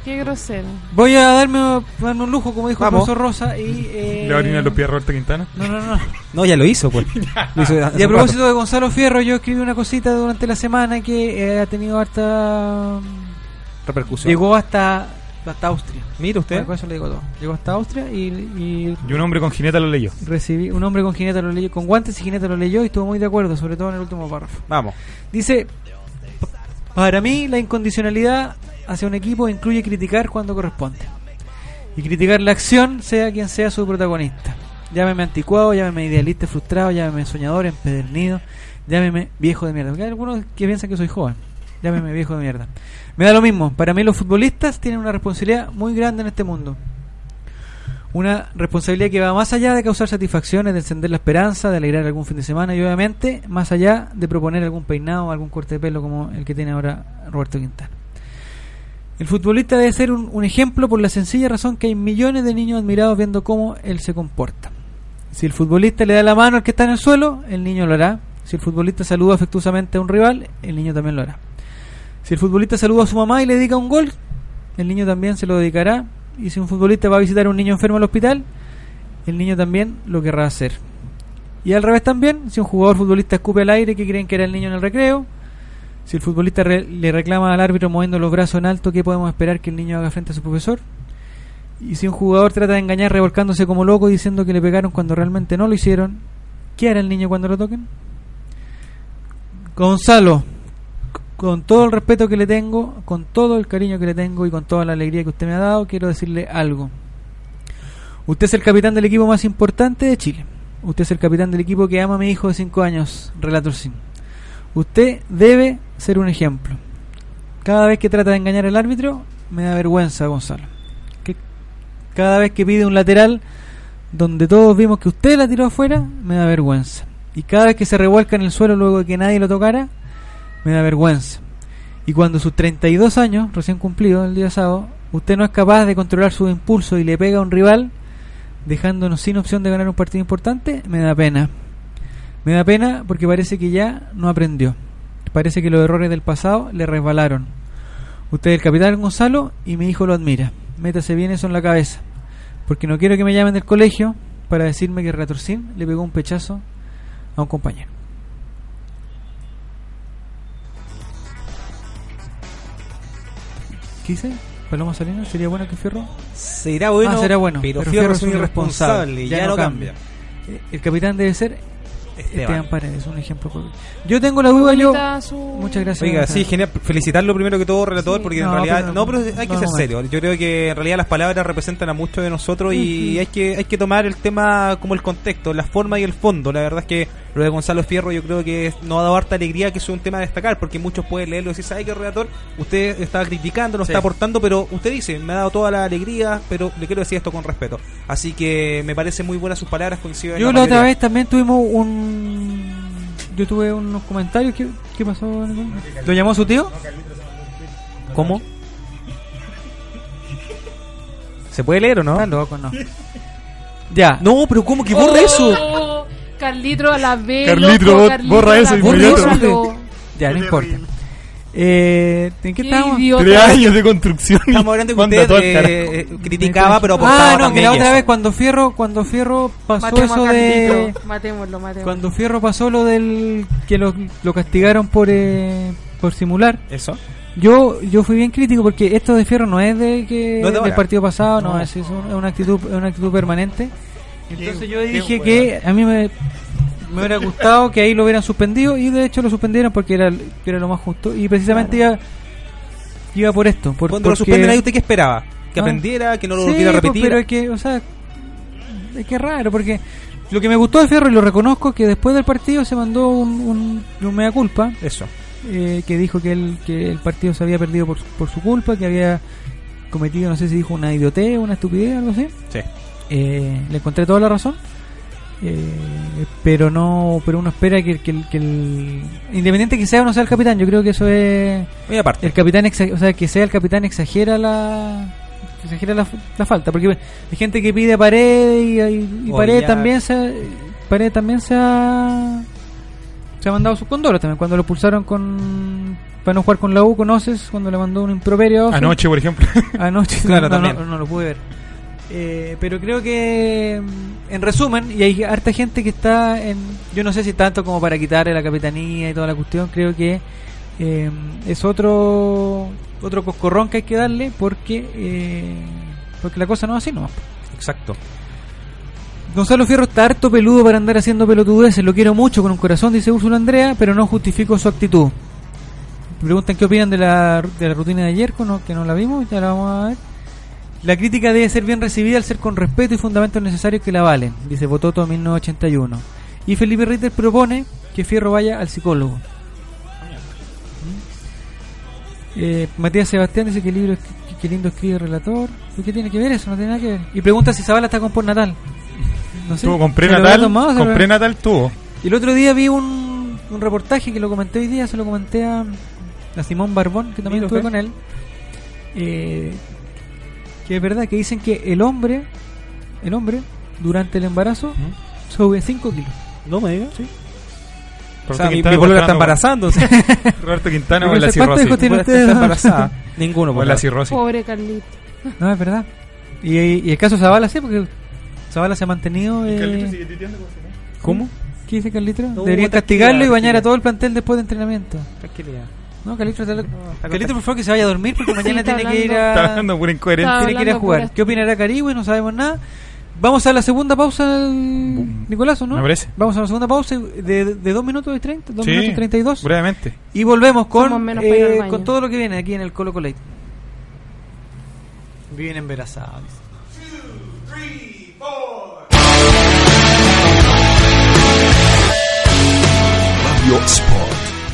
Qué grosero. Voy a darme, darme un lujo, como dijo el Vamos. profesor Rosa. Y, eh, Le va a orinar los pies a Roberto Quintana. No, no, [laughs] no. No, ya lo hizo, [laughs] pues. Lo hizo hace Y a un propósito de Gonzalo Fierro, yo escribí una cosita durante la semana que eh, ha tenido harta. rato. repercusión. Llegó hasta, hasta Austria. Mira usted. Bueno, con eso le digo todo. Llegó hasta Austria y, y Y un hombre con jineta lo leyó. recibí. Un hombre con jineta lo leyó, con guantes y jineta lo leyó y estuvo muy de acuerdo, sobre todo en el último párrafo. [laughs] Vamos. Dice, para mí la incondicionalidad hacia un equipo incluye criticar cuando corresponde. Y criticar la acción, sea quien sea su protagonista. Llámeme anticuado, llámeme idealista frustrado, llámeme soñador, empedernido, llámeme viejo de mierda. Porque hay algunos que piensan que soy joven. Llámeme viejo de mierda. Me da lo mismo. Para mí los futbolistas tienen una responsabilidad muy grande en este mundo. Una responsabilidad que va más allá de causar satisfacciones, de encender la esperanza, de alegrar algún fin de semana y obviamente más allá de proponer algún peinado o algún corte de pelo como el que tiene ahora Roberto Quintana. El futbolista debe ser un, un ejemplo por la sencilla razón que hay millones de niños admirados viendo cómo él se comporta. Si el futbolista le da la mano al que está en el suelo, el niño lo hará. Si el futbolista saluda afectuosamente a un rival, el niño también lo hará. Si el futbolista saluda a su mamá y le dedica un gol, el niño también se lo dedicará. Y si un futbolista va a visitar a un niño enfermo al hospital, el niño también lo querrá hacer. Y al revés también, si un jugador futbolista escupe al aire que creen que era el niño en el recreo, si el futbolista re- le reclama al árbitro moviendo los brazos en alto, ¿qué podemos esperar que el niño haga frente a su profesor? Y si un jugador trata de engañar revolcándose como loco diciendo que le pegaron cuando realmente no lo hicieron, ¿qué hará el niño cuando lo toquen? Gonzalo, con todo el respeto que le tengo, con todo el cariño que le tengo y con toda la alegría que usted me ha dado, quiero decirle algo. Usted es el capitán del equipo más importante de Chile. Usted es el capitán del equipo que ama a mi hijo de 5 años, Relator Sim. Usted debe ser un ejemplo. Cada vez que trata de engañar al árbitro, me da vergüenza, Gonzalo. Que cada vez que pide un lateral donde todos vimos que usted la tiró afuera, me da vergüenza. Y cada vez que se revuelca en el suelo luego de que nadie lo tocara, me da vergüenza. Y cuando sus 32 años, recién cumplidos el día sábado, usted no es capaz de controlar su impulso y le pega a un rival, dejándonos sin opción de ganar un partido importante, me da pena. Me da pena porque parece que ya no aprendió. Parece que los errores del pasado le resbalaron. Usted es el capitán Gonzalo y mi hijo lo admira. Métase bien eso en la cabeza. Porque no quiero que me llamen del colegio para decirme que Retorcín le pegó un pechazo a un compañero. ¿Qué dice? ¿Paloma Salinas? ¿Sería bueno que Fierro? pues, Será bueno, Ah, será bueno, pero, Fierro es un irresponsable, ya, no cambia. Eh, El capitán debe ser Esteban. Esteban Paredes, un ejemplo. correcto. Yo tengo la duda, yo... Bonita su- Muchas gracias. Oiga, sí, Gonzalo. genial. Felicitarlo primero que todo, relator, Sí. porque No, en realidad. pero- no, pero hay que no, ser no, serio. Yo creo que en realidad las palabras representan a muchos de nosotros y hay que hay que tomar el tema como el contexto, la forma y el fondo. La verdad es que lo de Gonzalo Fierro, yo creo que no ha dado harta alegría, que es un tema a destacar, porque muchos pueden leerlo y decir, ¿sabe qué, relator? Usted está criticando, no Sí. está aportando, pero usted dice, me ha dado toda la alegría, pero le quiero decir esto con respeto. Así que me parece muy buenas sus palabras, coincido en Yo la la otra mayoría. vez también tuvimos un... Yo tuve unos comentarios. ¿Qué, qué pasó? Nicolás? ¿Lo llamó su tío? ¿Cómo? ¿Se puede leer o no? Está loco, no. Ya. No, pero ¿cómo que Oh, borra eso? Carlitro a la vez. Carlitro, loco, bot- Carlitro borra a la eso vez, inmediato. bórralo. Ya, no importa. Eh, ¿En qué Qué estábamos? idiota. Tres años de construcción. y Estamos hablando que manda todo al usted eh, carajo. eh, criticaba, pero aportaba Ah, no, que también. la otra eso. vez cuando Fierro, cuando Fierro pasó Matemos eso a de... Carlitro. Matémoslo, matémoslo. Cuando Fierro pasó lo del... Que lo, lo castigaron por, eh, por simular. ¿Eso? Yo, yo fui bien crítico porque esto de Fierro no es de que No es de del ahora. partido pasado, no, No. Es, es un- es una actitud, es una actitud permanente. Entonces yo dije que a mí me, me hubiera gustado que ahí lo hubieran suspendido y de hecho lo suspendieron porque era, era lo más justo y precisamente iba, iba por esto. Por, Cuando lo porque- suspenden ahí, ¿usted qué esperaba? ¿Que Ah. aprendiera? ¿Que no lo Sí, volviera a pues, repetir? pero es que, o sea, es que es raro porque lo que me gustó de Fierro y lo reconozco que después del partido se mandó un, un, un mea culpa Eso. eh, que dijo que el, que el partido se había perdido por, su- por su culpa, que había cometido, no sé si dijo una idiotez, una estupidez, algo así. Sí. Eh, le encontré toda la razón. Eh, pero no pero uno espera que, que el- que el independiente que sea o no sea el capitán yo creo que eso es Muy aparte. el capitán exa- o sea que sea el capitán exagera la exagera la, la falta porque hay gente que pide pared y, y- y O pared ya- también se pared también se ha se ha mandado sus condoros también cuando lo pulsaron con para no jugar con la U conoces cuando le mandó un improperio a Ojo. Anoche, por ejemplo. [laughs] [laughs] Anoche, Claro, no, no, también. no lo pude ver. Eh, pero creo que, mm, en resumen, y hay harta gente que está en. Yo no sé si tanto como para quitarle la capitanía y toda la cuestión, creo que eh, es otro otro coscorrón que hay que darle porque eh, porque la cosa no es así nomás. Exacto. Gonzalo Fierro está harto peludo para andar haciendo pelotudeces. Lo quiero mucho con un corazón, dice Úrsula Andrea, pero no justifico su actitud. Preguntan qué opinan de la, de la rutina de ayer, que no- que no la vimos, ya la vamos a ver. La crítica debe ser bien recibida al ser con respeto y fundamentos necesarios que la valen, dice Bototo 1981. Y Felipe Ritter propone que Fierro vaya al psicólogo. Eh, Matías Sebastián dice que libro es- que, que lindo escribe el relator. ¿Y ¿Qué tiene que ver eso? No tiene nada que ver. Y pregunta si Zavala está con por Natal. No sé. Tuvo con ¿Se lo habrá prenatal. tomado? ¿Se lo Con habrá- prenatal tuvo. el otro día vi un, un reportaje que lo comenté hoy día, se lo comenté a, a Simón Barbón, que también Mira, estuve Fer. con él. eh, que es verdad que dicen que el hombre, el hombre, durante el embarazo, sube 5 kilos. No me digas. O sea, Roberto mi, Quintana mi polola con- está embarazando. o [laughs] sea, mi Roberto Quintana Yo con la pensé, ¿cuántos hijos cirrosis. tiene polola usted? está embarazada. Ninguno, Con pues, la por favor. cirrosis. Pobre Carlitro. No, es verdad. Y, y el caso Zavala, sí, porque Zavala se ha mantenido. eh, ¿Cómo? ¿Qué dice Carlitro? No, Deberían tranquila, castigarlo y bañar tranquila. a todo el plantel después de entrenamiento. Tranquilidad. No, Carlitro, está loco. Carlitro, por favor, que se vaya a dormir porque mañana está tiene que ir hablando. Está a. hablando pura incoherencia. Está tiene que ir a hablando jugar. puras- ¿Qué opinará Carigüe? No sabemos nada. Vamos a la segunda pausa, Nicolás, ¿o ¿no? Me parece. Vamos a la segunda pausa de, de 2 minutos y 30, 2 Sí, minutos y 32. Brevemente. Y volvemos Somos con, menos para ir al eh, baño. con todo lo que viene aquí en el Colo Colate. Viven en Verazales. Radio Sport,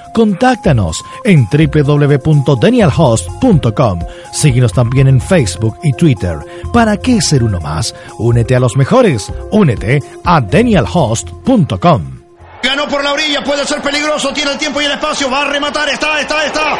Contáctanos en www.danielhost.com. Síguenos también en Facebook y Twitter. ¿Para qué ser uno más? Únete a los mejores. Únete a danielhost.com. Ganó por la orilla, puede ser peligroso, tiene el tiempo y el espacio, va a rematar, está, está, está. ¡Gol!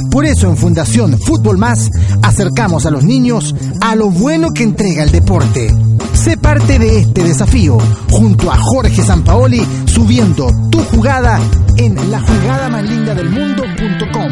Por eso en Fundación Fútbol Más acercamos a los niños a lo bueno que entrega el deporte. Sé parte de este desafío junto a Jorge Sampaoli subiendo tu jugada en lajugadamalindadelmundo.com.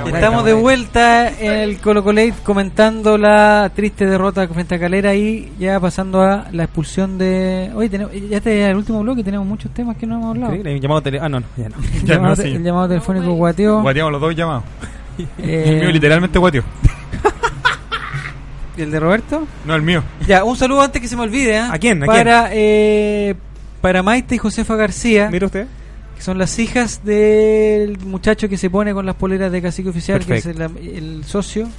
no. Estamos de vuelta en el Colo Colate comentando la triste derrota frente a Calera y ya pasando a la expulsión de. Oye, tenemos, ya este es el último bloque, tenemos muchos temas que no hemos hablado. Increíble, hay un llamado tele- Ah, no, no, ya no. El, Ya llamado, te- no, sí. el llamado telefónico guateo. Guateamos los dos llamados. eh, El mío literalmente guateo. ¿y el de Roberto. No, el mío. Ya, un saludo antes que se me olvide. ¿eh? ¿A quién? ¿A para, eh, para Maite y Josefa García, Mira usted. que son las hijas del muchacho que se pone con las poleras de cacique oficial, que es el, am- el socio. Un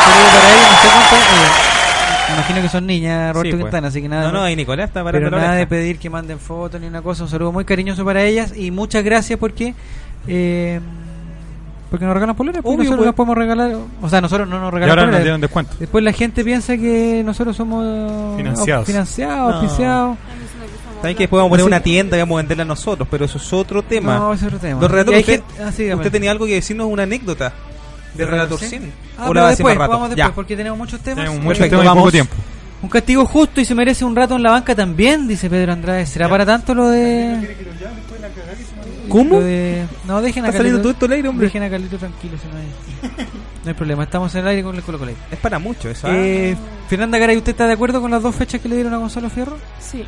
saludo para ellos, no sé cuántas- eh, me imagino que son niñas, Roberto Sí, pues. Quintana, así que nada. No, no, ahí Nicolás está para pero nada de pedir que manden fotos ni una cosa. Un saludo muy cariñoso para ellas y muchas gracias porque. eh, porque nos regalan poleras, porque Obvio, nosotros pues. las podemos regalar. O sea, nosotros no nos Y regalan ahora poleras. nos dieron descuento. Después la gente piensa que nosotros somos oh, Financiados. financiados, No. auspiciados. Saben que después vamos a poner Así- una tienda y vamos a venderla nosotros, pero eso es otro tema. No, ese es otro tema. Don Renato, Y hay usted, gente- ah, sí, dígame. usted tenía algo que decirnos, una anécdota. de Relatorcín. ¿Sí? O Ah, la va pero a decir después, más rato. vamos después, Ya. porque tenemos muchos temas. Tenemos muchos Perfecto, temas y vamos. poco tiempo. Un castigo justo y se merece un rato en la banca también, dice Pedro Andrade. ¿Será para tanto lo de...? ¿Cómo? lo de- No, dejen a Está saliendo Carlito- todo esto al aire, hombre. Dejen a Carlito tranquilo, si no hay... No hay problema, estamos en el aire con el Colo Colo. Es para mucho eso. ¿ah? Eh, Fernanda Garay, ¿usted está de acuerdo con las dos fechas que le dieron a Gonzalo Fierro? Sí,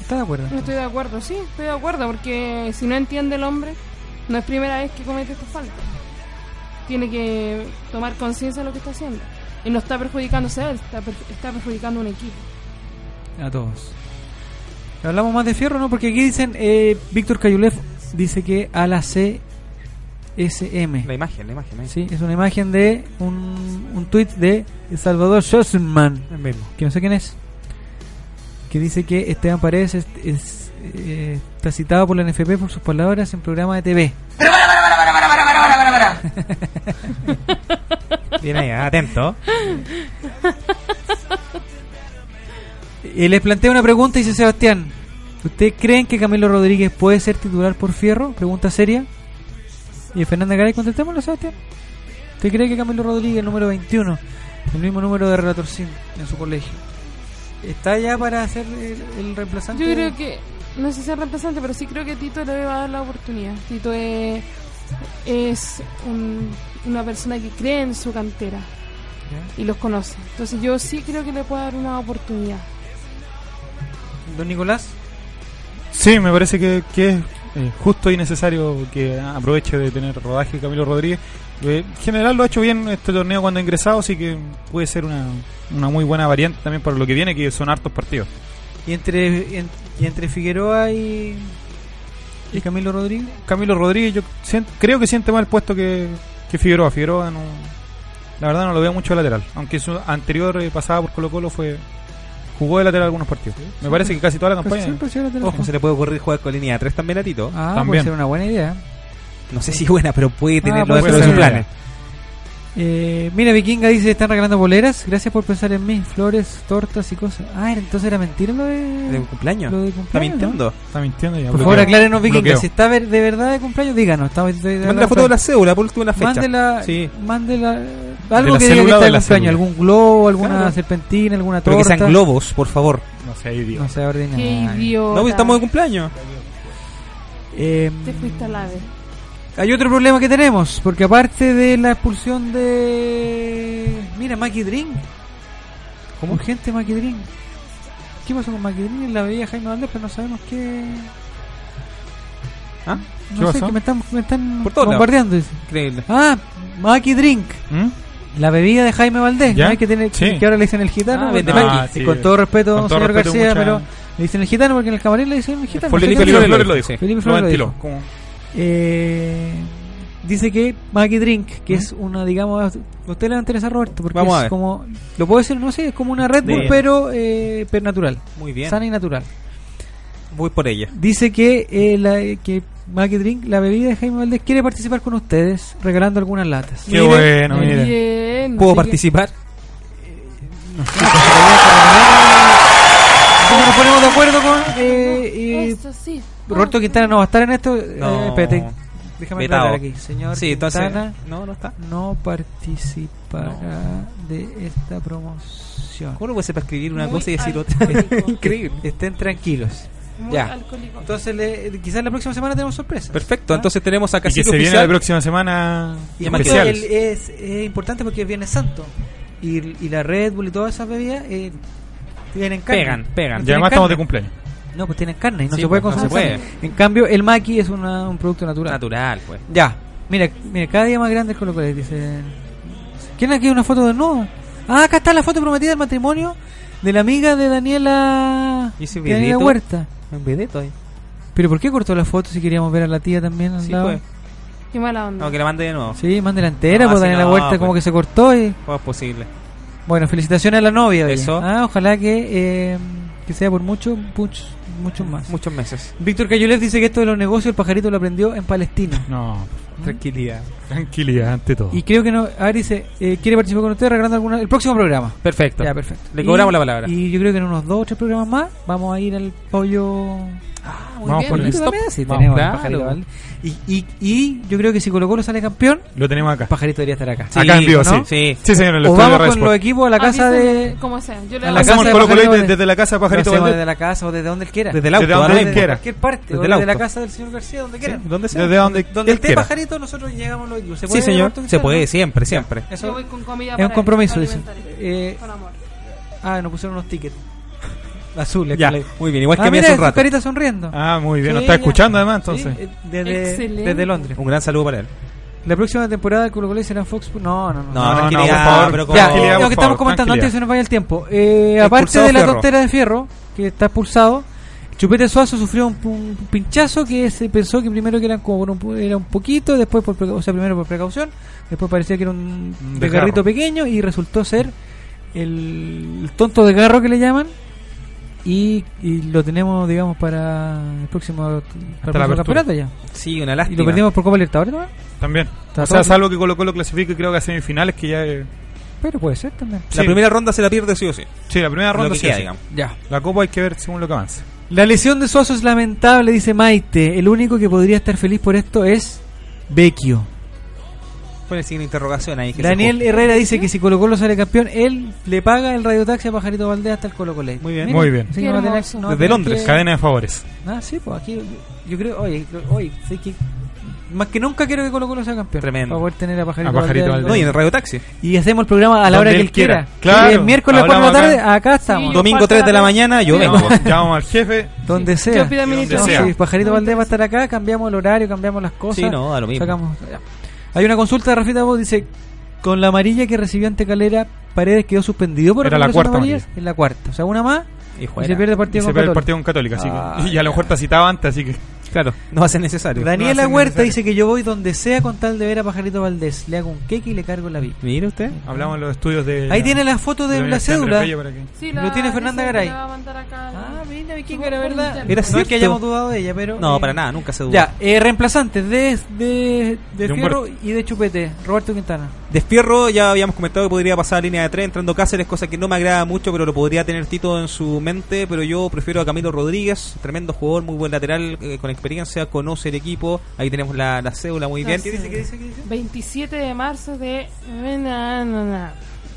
¿Está de acuerdo? no estoy de acuerdo, sí, estoy de acuerdo, porque si no entiende el hombre, no es primera vez que comete esta falta. Tiene que tomar conciencia de lo que está haciendo. Y no está perjudicándose a él, está, per- está perjudicando a un equipo. A todos. Hablamos más de Fierro, ¿no? Porque aquí dicen, eh, Víctor Cayulef dice que a la CSM. La imagen, la imagen. ahí. Sí, es una imagen de un, un tweet de Salvador Schwarzenman, El mismo. que no sé quién es, que dice que Esteban Paredes es, es, eh, está citado por la NFP por sus palabras en programa de TV. Bien ahí, [laughs] ah, atento. Y Eh, les planteo una pregunta, dice Sebastián. ¿Ustedes creen que Camilo Rodríguez puede ser titular por Fierro? Pregunta seria. Y Fernanda Garay, contestémoslo, Sebastián. ¿Usted cree que Camilo Rodríguez, el número 21, el mismo número de Relator Sin en su colegio, está ya para ser el, el reemplazante? Yo creo que, no sé si es reemplazante, pero sí creo que Tito le va a dar la oportunidad. Tito es, es un- una persona que cree en su cantera y los conoce. Entonces yo sí creo que le puede dar una oportunidad. Don Nicolás. Sí, me parece que, que es eh, justo y necesario que aproveche de tener rodaje Camilo Rodríguez. Eh, en general lo ha hecho bien este torneo cuando ha ingresado, así que puede ser una, una muy buena variante también para lo que viene, que son hartos partidos. ¿Y entre, en- y entre Figueroa y, y Camilo Rodríguez? Camilo Rodríguez, yo sien- creo que siente más el puesto que, que Figueroa. Figueroa, no, la verdad, no lo veo mucho de lateral, aunque su anterior eh, pasada por Colo-Colo fue jugó de lateral algunos partidos. Me parece que casi toda la campaña. Ojo, se le puede ocurrir jugar con línea 3 también a Tito. Ah, puede También. ser una buena idea. No sé si buena, pero puede tenerlo puede dentro de ser sus una planes. Eh, mira, Vikinga dice, están regalando boleras. Gracias por pensar en mí. Flores, tortas y cosas. Ah, era- entonces era mentira lo ¿De de, un cumpleaños? lo de ¿Está cumpleaños. ¿no? mintiendo? Está mintiendo ya. Por bloqueo. favor, aclárenos, Vikinga. Bloqueo. Si está ver- de verdad de cumpleaños, díganos. Está, de- de- de Manda verdad la foto de la cumpleaños. cédula por último en la fecha. Mande la, Sí. mande la- algo la que diga que célula o está de de la cumpleaños. célula. Algún globo, alguna Claro. serpentina, alguna Pero torta. que sean globos, por favor. No sea idiota. No sea ¡Qué ordinario. idiota! No, pues estamos de cumpleaños. Eh, Te fuiste al ave. Hay otro problema que tenemos, porque aparte de la expulsión de... Mira, Maki Dream. como Urgente Maki Dream. ¿Qué pasó con Maki Dream? La veía Jaime Valdés, pero no sabemos qué... ¿Ah? No ¿Qué sé, pasó? que me están, me están Por todos lados. bombardeando. dice. Increíble. Ah, Maki Drink. ¿Mm? La bebida de Jaime Valdés. ¿Ya? ¿no? Que, tiene, Sí. que ahora le dicen el gitano. Ah, porque- vende Ah, Maki. sí. y con todo respeto, Con todo señor respeto, García, mucha- pero le dicen el gitano porque en el camarín le dicen el gitano. Fue no sé Felipe qué Flores, le dicen. lo dijo. Sí. Felipe Lo Flores lo ventiló. dijo. Como- Eh, dice que Maggie Drink, que es una, digamos, a usted le va a interesar Roberto, porque Vamos a es ver. como, lo puedo decir, no sé, es como una Red Bull, Bien. pero, eh, pero natural, Muy bien. sana y natural. Voy por ella. Dice que, eh, la, que Maggie Drink, la bebida de Jaime Valdés, quiere participar con ustedes, regalando algunas latas. Qué Mire, bueno, mire. mire. Bien. ¿Puedo Así que- participar? Entonces nos ponemos de acuerdo con eh, eh, Eso sí. Roberto Quintana no va a estar en esto. eh, No. espérate, déjame Vetado. aclarar aquí. Señor Sí, entonces. Quintana, No, no está. no participará de esta promoción. [laughs] ¿Cómo lo puede ser para escribir una Muy cosa y decir otra? alcohólico. Increíble. Estén tranquilos. Muy Ya. alcohólico. Entonces, le- quizás la próxima semana tenemos sorpresa. Perfecto, entonces tenemos a Y que Casito se viene la Oficial. próxima semana Y además que especial. el- es, es importante porque es Viernes Santo. Y, y la Red Bull y todas esas bebidas eh, tienen carne. Pegan, pegan. No Y además tienen carne. estamos de cumpleaños. No, pues tienen carne y no Sí, se puede pues, no consumir. se carne. En cambio, el maqui es una- un producto natural. Natural, pues. Ya. Mira, mira, cada día más grande el Colo Colo, dice. ¿Quién aquí una foto de nuevo? Ah, acá está la foto prometida del matrimonio de la amiga de Daniela, ¿Y ese Daniela videito? Huerta. Un vedeto ahí. Pero ¿por qué cortó la foto si queríamos ver a la tía también? al Sí, lado? pues. Qué mala onda. No, que la mande de nuevo. Sí, más delantera, Ah, pues sí, Daniela no, Huerta pues. como que se cortó. Y... ¿Cómo es posible? Bueno, felicitaciones a la novia. oye. Eso. Ah, ojalá que, eh, que sea por mucho, mucho, mucho más. Muchos meses. [laughs] Víctor Cayulev dice que esto de los negocios el pajarito lo aprendió en Palestina. No, Tranquilidad. Tranquilidad ante todo. Y creo que no. A ver, dice, eh, ¿quiere participar con usted regalando alguna? El próximo programa. Perfecto. Ya, perfecto. Le Y- cobramos la palabra. Y yo creo que en unos dos o tres programas más vamos a ir al pollo. Ah, muy Vamos bien, por el listo. stop. Sí, Vamos, tenemos el claro. pajarito, ¿vale? y, y, y yo creo que si Colo Colo sale campeón, Lo tenemos acá. Pajarito debería estar acá. acá en vivo, ¿no? sí. Sí. Sí, señor, en el o estudio de vamos con Radsport. los equipos a la casa de. Avisen Como sea. Yo le a hago la Hacemos casa de Colo Colo Pajarito desde, desde la casa Lo de Pajarito hacemos Valdés. desde la casa o desde donde él quiera. Desde el auto. Desde donde ¿vale? él quiera. cualquier parte. o Desde el Desde, la auto. casa del señor García, donde quiera. ¿Dónde sea? Desde donde, Donde él esté quiera. Pajarito, nosotros llegamos los equipos. ¿Se Sí, puede señor. autorizar, Se no? puede, siempre, siempre. Eso- Yo voy con comida Es para un compromiso, él, dice. alimentaria, Eh, con amor. Ah, nos pusieron unos tickets. [laughs] Azules. Ya. claro. Muy bien, igual que ah, a mí mira, hace un su rato. carita sonriendo. Ah, muy bien. Nos Sí, está ya. escuchando además, Sí, entonces. eh, desde, Excelente. desde Londres. Un gran saludo para él. La próxima temporada de Colo Colo será en Fox. Sp- No, no, no. No, no, tranquilidad, por favor, pero como- Ya, tranquilidad, lo por que estamos favor, comentando antes tranquilidad. se nos vaya el tiempo. Eh, aparte Expulsado de la Fierro. tontera de Fierro, que está expulsado, Chupete Suazo sufrió un, un pinchazo que se pensó que primero que eran como por un, po- era un poquito, después por, preca- o sea, primero por precaución, después parecía que era un Un desgarrito desgarro. pequeño y resultó ser el, el tonto desgarro que le llaman. Y, y lo tenemos, digamos, para el próximo, para el próximo apertura. campeonato ya. Sí, una Y lástima. lo perdimos por Copa Libertadores, ¿no? También. Está O sea, todo- salvo que Colo Colo clasifique creo que a semifinales que ya... eh, Pero puede ser también. La Sí. primera ronda se la pierde sí o sí. Sí, la primera Lo ronda que sí, queda, sí. digamos. Ya. La copa hay que ver según lo que avance. La lesión de Suazo es lamentable, dice Maite. El único que podría estar feliz por esto es Vecchio. Pone el signo de interrogación ahí. Que se Daniel juzgue. Herrera dice que si Colo Colo sale campeón, él le paga el radiotaxi a Pajarito Valdés hasta el Colo Colo. Muy bien. Muy bien. Qué hermoso. Desde Londres, Cadena de favores. Ah, sí, pues aquí yo creo, oye, creo- oye, sé que más que nunca quiero que Colo Colo sea campeón. Tremendo. Para poder tener a Pajarito, A Pajarito Valdés. No, y en el radio taxi. Y hacemos el programa a la Donde hora que él él quiera. quiera. Claro. Si es miércoles a las cuatro de la Hablamos tarde, acá estamos. Sí, yo- Domingo falta 3 de la la- mañana, yo Sí, vengo. Llamamos llamamos al [laughs] jefe. Donde sea. Yo pido a mi Donde ministro. sea. No, sí, Pajarito Valdés va a estar acá, cambiamos el horario, cambiamos las cosas. Sí, no, da lo mismo. Sacamos- ya. Hay una consulta de Rafita Vos, dice, con la amarilla que recibió ante Calera, Paredes quedó suspendido por Era la acumulación de cuarta amarillas. Es la cuarta, o sea, una más Y y se pierde el Y partido se con ve el Católica. partido con Católica, así que. Ah, [laughs] y a lo mejor está citado antes, así que. Claro, no va a ser necesario. Daniela No hace Huerta necesario. dice que yo voy donde sea con tal de ver a Pajarito Valdés. Le hago un queque y le cargo la vida. Mire usted. Hablamos en los estudios de. Ahí tiene la foto de, la Universidad Andrés cédula. Bello para que- Sí, Lo tiene Fernanda esa Garay. la va a mandar acá. Ah, mira, Vicky, vikinga, que era era verdad. verdad. Era no es cierto. que hayamos dudado de ella, pero... No, eh, para nada, nunca se duda. Ya, eh, reemplazantes de, de, de, De Fierro Humberto. y de Chupete, Roberto Quintana. Despierro, ya habíamos comentado que podría pasar a línea de 3 entrando Cáceres, cosa que no me agrada mucho, pero lo podría tener Tito en su mente. Pero yo prefiero a Camilo Rodríguez, tremendo jugador, muy buen lateral, eh, con experiencia, conoce el equipo. Ahí tenemos la, la cédula muy La bien. cédula. ¿Qué dice? ¿Qué dice? 27 de marzo de. na, na, na.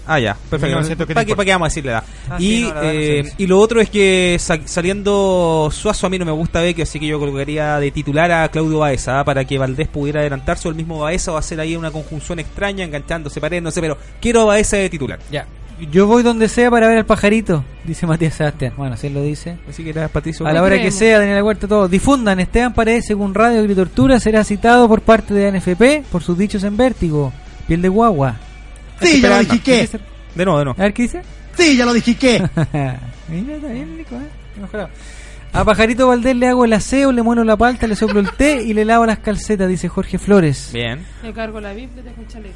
Ah, ya, perfecto. 1900, ¿qué te ¿Para qué, importa? para qué vamos a decirle edad? Ah, y, sí, no, la verdad no se eh, dice. y lo otro es que sa- saliendo Suazo a mí no me gusta Vecchio, así que yo colocaría de titular a Claudio Baeza ¿ah? para que Valdés pudiera adelantarse o el mismo Baeza va a hacer ahí una conjunción extraña, enganchándose, pared, no sé, pero quiero a Baeza de titular. Ya. Yo voy donde sea para ver al pajarito, dice Matías Sebastián. Bueno, si él lo dice. Así que era Patricio. A la lo hora que creemos. sea, Daniel Huerta, todo. Difundan, Esteban Paredes, según Radio Grito Tortura, será citado por parte de ANFP por sus dichos en vértigo. Piel de guagua. Sí, ya lo dije que. De nuevo, de nuevo. A ver qué dice. Sí, ya lo dije que. [laughs] Mira, está bien, Nico, ¿eh? Está mejorado. A Pajarito Valdés le hago el aseo, le muelo la palta, le soplo el té y le lavo las calcetas, dice Jorge Flores. Bien. Le cargo la Biblia de un chaleco.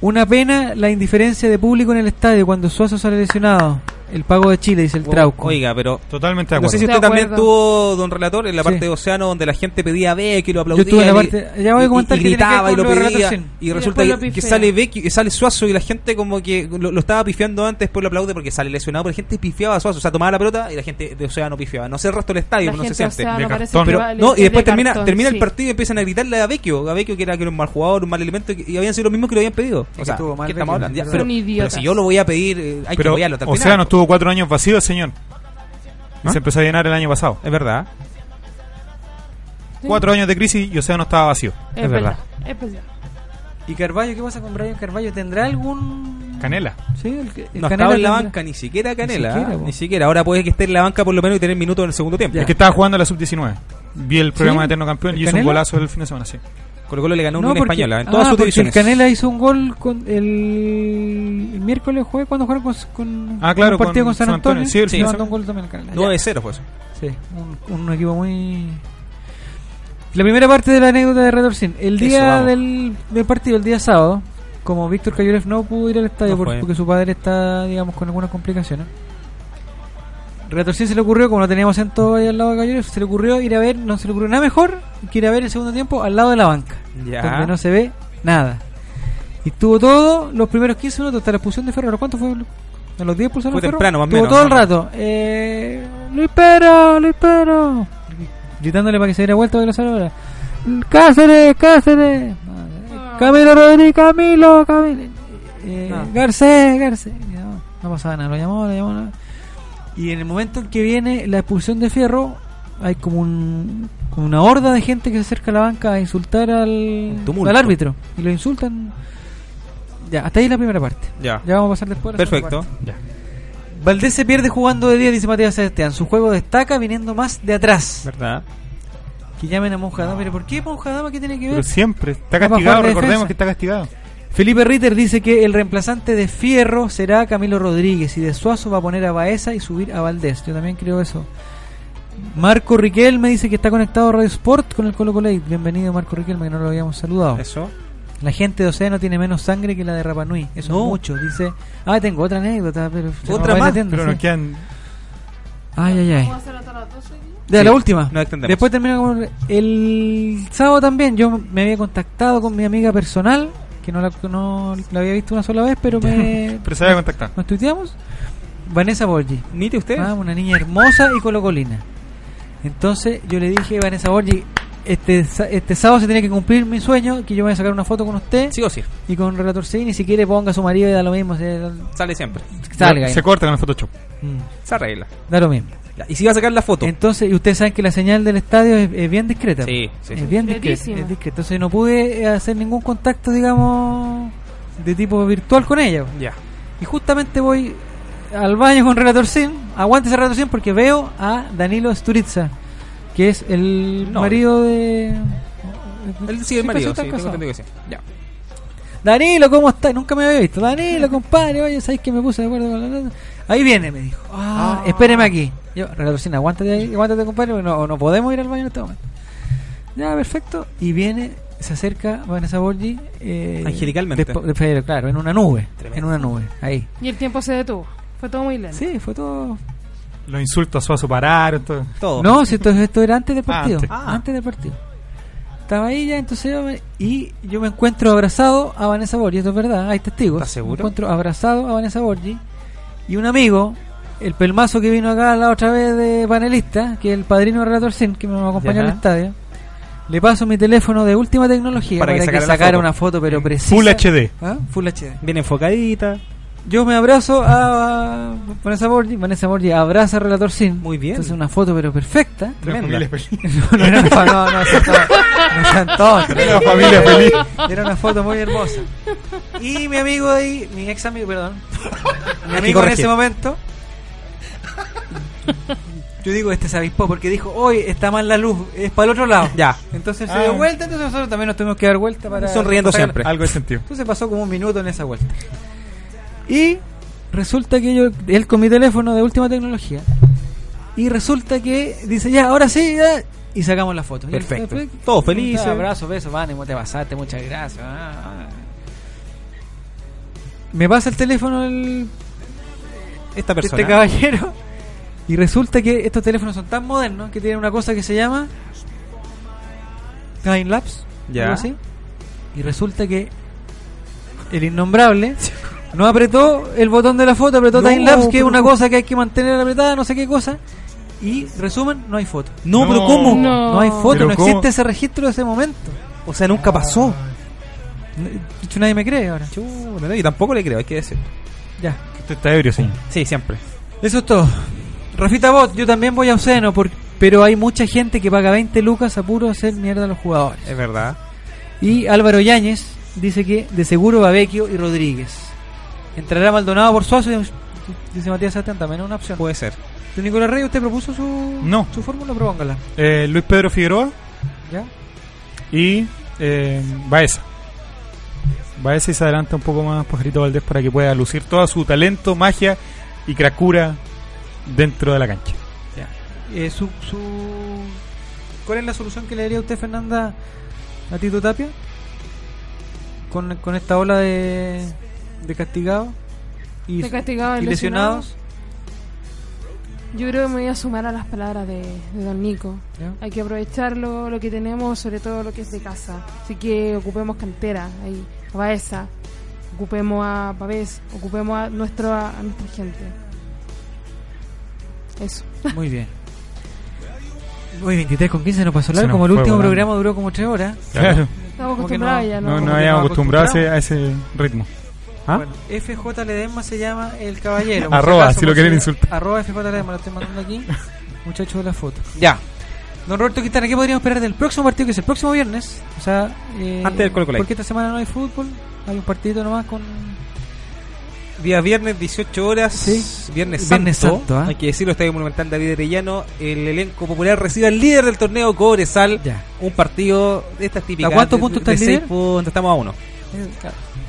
Una pena la indiferencia de público en el estadio cuando Suazo sale lesionado. El pago de Chile, dice el Trauco. Oh, Oiga, pero. Totalmente de No acuerdo. sé si De usted también acuerdo. tuvo, don relator, en la Sí. parte de Océano donde la gente pedía a Vecchio y lo Yo aplaudía. estuve en la y- parte- ya voy a y- comentar y, que tiene que ver gritaba y con lo lo de pedía. relator, sí. Y Y resulta después que, lo que pifea. sale Vecchio y sale Suazo y la gente como que lo, lo estaba pifiando antes, después lo aplaude porque sale lesionado, pero la gente pifiaba a Suazo. O sea, tomaba la pelota y la gente de Océano pifiaba. No sé el resto del estadio, La pero no se gente, o siente. sea, de no parece cartón. que Pero, vale, no, y es después de termina, cartón, termina sí. el partido y empiezan a gritarle a Vecchio, a Vecchio que era, que era un mal jugador, un mal elemento, y y habían sido los mismos que lo habían pedido. que O sea, estuvo mal ¿qué estamos Vecchio, hablando? Ya, es pero, un idiota. pero si yo lo voy a pedir, eh, hay que Pero, apoyarlo hasta el o final. sea, no estuvo cuatro años vacío el señor. Y ¿Ah? Se empezó a llenar el año pasado. Es verdad. Sí, Cuatro años de crisis y Océano estaba vacío. Es verdad. Es verdad. Eh. ¿Y Carballo? ¿Qué pasa con Brian Carballo? ¿Tendrá algún...? Canela. Sí, el, que- el no Canela estaba en la tendrá- banca, ni siquiera Canela. ¿ah? Ni siquiera, siquiera, po. Ahora puede que esté en la banca por lo menos y tener minutos en el segundo tiempo. Ya. Es que estaba jugando la sub-19. Vi el programa ¿Sí? de Eterno Campeón ¿El y hizo un Canela? golazo el fin de semana, sí. Colo Colo le ganó una porque- española en todas ah, sus porque divisiones. El Canela hizo un gol con el, el miércoles jueves cuando jugaron con, con Ah, claro, un partido con, con San San Antonio. Antonio. Sí, el fin de mandó semana. un gol también el Canela. Ya. 9-0 pues. Sí, un, un equipo muy. La primera parte de la anécdota de Retorcín. El Eso, día vamos. del, del partido, el día sábado, como Víctor Cayolev no pudo ir al estadio No por- fue. porque su padre está, digamos, con algunas complicaciones, Retorcín se le ocurrió, como no teníamos asiento ahí al lado de Caballeros, se le ocurrió ir a ver, no se le ocurrió nada mejor que ir a ver el segundo tiempo al lado de la banca, Ya. donde no se ve nada. Y tuvo todo, los primeros 15 minutos, hasta la expulsión de Ferro. ¿Cuánto fue? ¿A los 10 expulsaron a Fue Ferro? temprano, más o Tuvo menos, todo el más o rato. Eh, Luis Pero, Luis Pero. Gritándole para que se diera vuelta de la salora. Cáceres, Cáceres. Camilo Rodríguez, Camilo, Camilo. Eh, No. Garcés, Garcés. Y No, no pasaba nada, lo llamó, lo llamó. no. Y en el momento en que viene la expulsión de Fierro, hay como, un, como una horda de gente que se acerca a la banca a insultar al, tumulto. al árbitro. Y lo insultan. Ya, hasta ahí la primera parte. Ya. Ya vamos a pasar después. a la Perfecto. segunda parte. Valdés se pierde jugando de 10, dice Matías Sebastián. Su juego destaca viniendo más de atrás. ¿Verdad? Que llamen a Monjadama. ¿Pero por qué Monjadama? ¿Qué tiene que ver? Pero siempre. Está Capaz castigado, jugar de defensa. recordemos que está castigado. Felipe Ritter dice que el reemplazante de Fierro será Camilo Rodríguez y de Suazo va a poner a Baeza y subir a Valdés. Yo también creo eso. Marco Riquelme dice que está conectado a Radio Sport con el Colo Colo. Bienvenido Marco Riquelme, que no lo habíamos saludado. Eso. La gente de Océano tiene menos sangre que la de Rapanui. Eso No. es mucho. Dice. Ah, tengo otra anécdota, pero. se nos Otra va la más, tienda, Pero sí. nos quedan. Ay, ay, ay. ¿Vamos a hacer hasta las 12 aquí? Ya, Sí, la última. nos extendemos. Después termino con el sábado también. Yo me había contactado con mi amiga personal, que no la, no la había visto una sola vez, pero [laughs] me. Pero se había contactado. ¿Nos tuiteamos? Vanessa Borgi. ¿Nite usted? Ah, una niña hermosa y colocolina. Entonces yo le dije, Vanessa Borgi, este, sa- este sábado se tiene que cumplir mi sueño, que yo voy a sacar una foto con usted Sí o sí. y con Relator Cine, y si quiere ponga a su marido y da lo mismo, se, Sale siempre. salga. Se corta con el Photoshop. Mm, Se arregla. da lo mismo. Ya, Y si va a sacar la foto. Entonces, y ustedes saben que la señal del estadio es, es bien discreta. Sí, sí, sí. Es bien discreta, Clarísima. es discreta. Entonces no pude eh, hacer ningún contacto, digamos, de tipo virtual con ella. Ya. Y justamente voy al baño con Relator Sim. Aguante ese Relator Sim porque veo a Danilo Sturitza, que es el No. marido de. pues, Él sí es Siempre marido, sí, están tengo casados. entendido que sí. Ya. Danilo, ¿cómo estás? Nunca me había visto. Danilo, compadre, oye, ¿sabes que me puse de acuerdo con la Ahí viene, me dijo. Ah, espéreme aquí. Yo, relatorcina, aguántate ahí, aguántate, compadre, porque no, no podemos ir al baño en este momento. Ya, perfecto. Y viene, se acerca Vanessa Borgi. eh, Angelicalmente. despo- después, claro, en una nube. En una nube, ahí. Y el tiempo se detuvo. Fue todo muy lento. Sí, fue todo. Los insultos a Suazo pararon. Todo. Todo. No, si esto, esto era antes del Ah, partido. antes. antes. del partido. Estaba ahí ya, entonces yo me- y yo me encuentro abrazado a Vanessa Borgi, esto es verdad, hay testigos. ¿Estás seguro? Me encuentro abrazado a Vanessa Borgi y un amigo, el pelmazo que vino acá la otra vez de panelista, que es el padrino de Relator Sin, que me acompañó Ya. al estadio. Le paso mi teléfono de última tecnología Para para, que que, sacara la sacara foto. una foto, pero precisa. Full HD. ¿Ah? Full HD. Bien enfocadita. Yo me abrazo a Vanessa Borgi, Vanessa Borgi abraza a Relator Sin. Muy bien. Entonces una foto pero perfecta. Tremenda. Una familia [laughs] feliz. [laughs] No, no, no, no, no, sean tontos, no sean tontos. Una [laughs] familia feliz. Era una foto muy hermosa. Y mi amigo ahí, mi ex amigo, perdón. Mi Aquí amigo en corregí. ese momento. Yo digo, este se avispó porque dijo, hoy está mal la luz, es para el otro lado. Ya. Entonces se Ah. dio vuelta, entonces nosotros también nos tuvimos que dar vuelta para. Sonriendo para- siempre. Algo de sentido. entonces pasó como un minuto en esa vuelta. Y resulta que yo, él con mi teléfono de última tecnología, y resulta que dice, ya, ahora sí, ya", y sacamos la foto. Y él- Perfecto. después- Todos felices. Un abrazo, beso, ánimo, te pasaste, muchas gracias. ah, ah. Me pasa el teléfono el, Esta persona. este caballero, y resulta que estos teléfonos son tan modernos que tienen una cosa que se llama Time Lapse. Ya. algo así. Y resulta que el innombrable no apretó el botón de la foto, apretó No, Time Lapse, que es pero- una cosa que hay que mantener apretada, no sé qué cosa. Y resumen, no hay foto. No, No. pero ¿cómo? No. No hay foto, Pero no ¿cómo? existe ese registro de ese momento. O sea, nunca pasó. N- de hecho, nadie me cree ahora. Chuta, no, yo tampoco le creo, hay que decir. Ya. Usted está ebrio, señor. Sí, siempre. Eso es todo. Rafita Bot, yo también voy a Océano, por- pero hay mucha gente que paga 20 lucas a puro hacer mierda a los jugadores. Es verdad. Y Álvaro Yáñez dice que de seguro Babecchio y Rodríguez. Entrará Maldonado por Suazo, y- dice Matías Satán, también es una opción. Puede ser. Don Nicolás Rey, ¿usted propuso su, No. su fórmula? Propóngala. Eh, Luis Pedro Figueroa ¿Ya? y eh, Baeza. Baeza y se adelanta un poco más Pajarito Valdés para que pueda lucir todo su talento, magia y cracura dentro de la cancha. Eh, su, su... ¿Cuál es la solución que le daría usted, Fernanda, a Tito Tapia? Con, con esta ola de, de castigados y, De castigados, y lesionados. Yo creo que me voy a sumar a las palabras de, de don Nico. ¿Ya? Hay que aprovechar lo, lo que tenemos, sobre todo lo que es de casa. Así que ocupemos cantera, ahí, a Baeza, ocupemos a Pavés, ocupemos a, nuestro, a nuestra gente. Eso. Muy bien. Hoy 23 con 15 nos pasó Se largo, nos como el fue último volando. programa duró como 3 horas. Claro. Estamos Como que no- acostumbrados ya, ¿no? No, no no habíamos acostumbrado a ese- acostumbrado. a ese ritmo. ¿Ah? Bueno, FJ Ledesma se llama El [laughs] Caballero. por Arroba, si lo por quieren insultar. Arroba FJ Ledesma, lo estoy mandando aquí. Muchacho de la foto. Ya. Don Roberto Quintana, ¿qué podríamos esperar del próximo partido que es el próximo viernes? O sea, eh, Antes del Colo-Colo. Porque esta semana no hay fútbol, hay un partidito nomás con. Día viernes, 18 horas. Sí. Viernes Santo. Viernes Santo, ¿ah? Hay que decirlo, Estadio Monumental David Arellano. El elenco popular recibe al líder del torneo, Cobresal. Ya. Un partido de estas típicas. ¿A cuántos de- puntos está de- el de seis líder? Eh, puntos. Estamos a uno.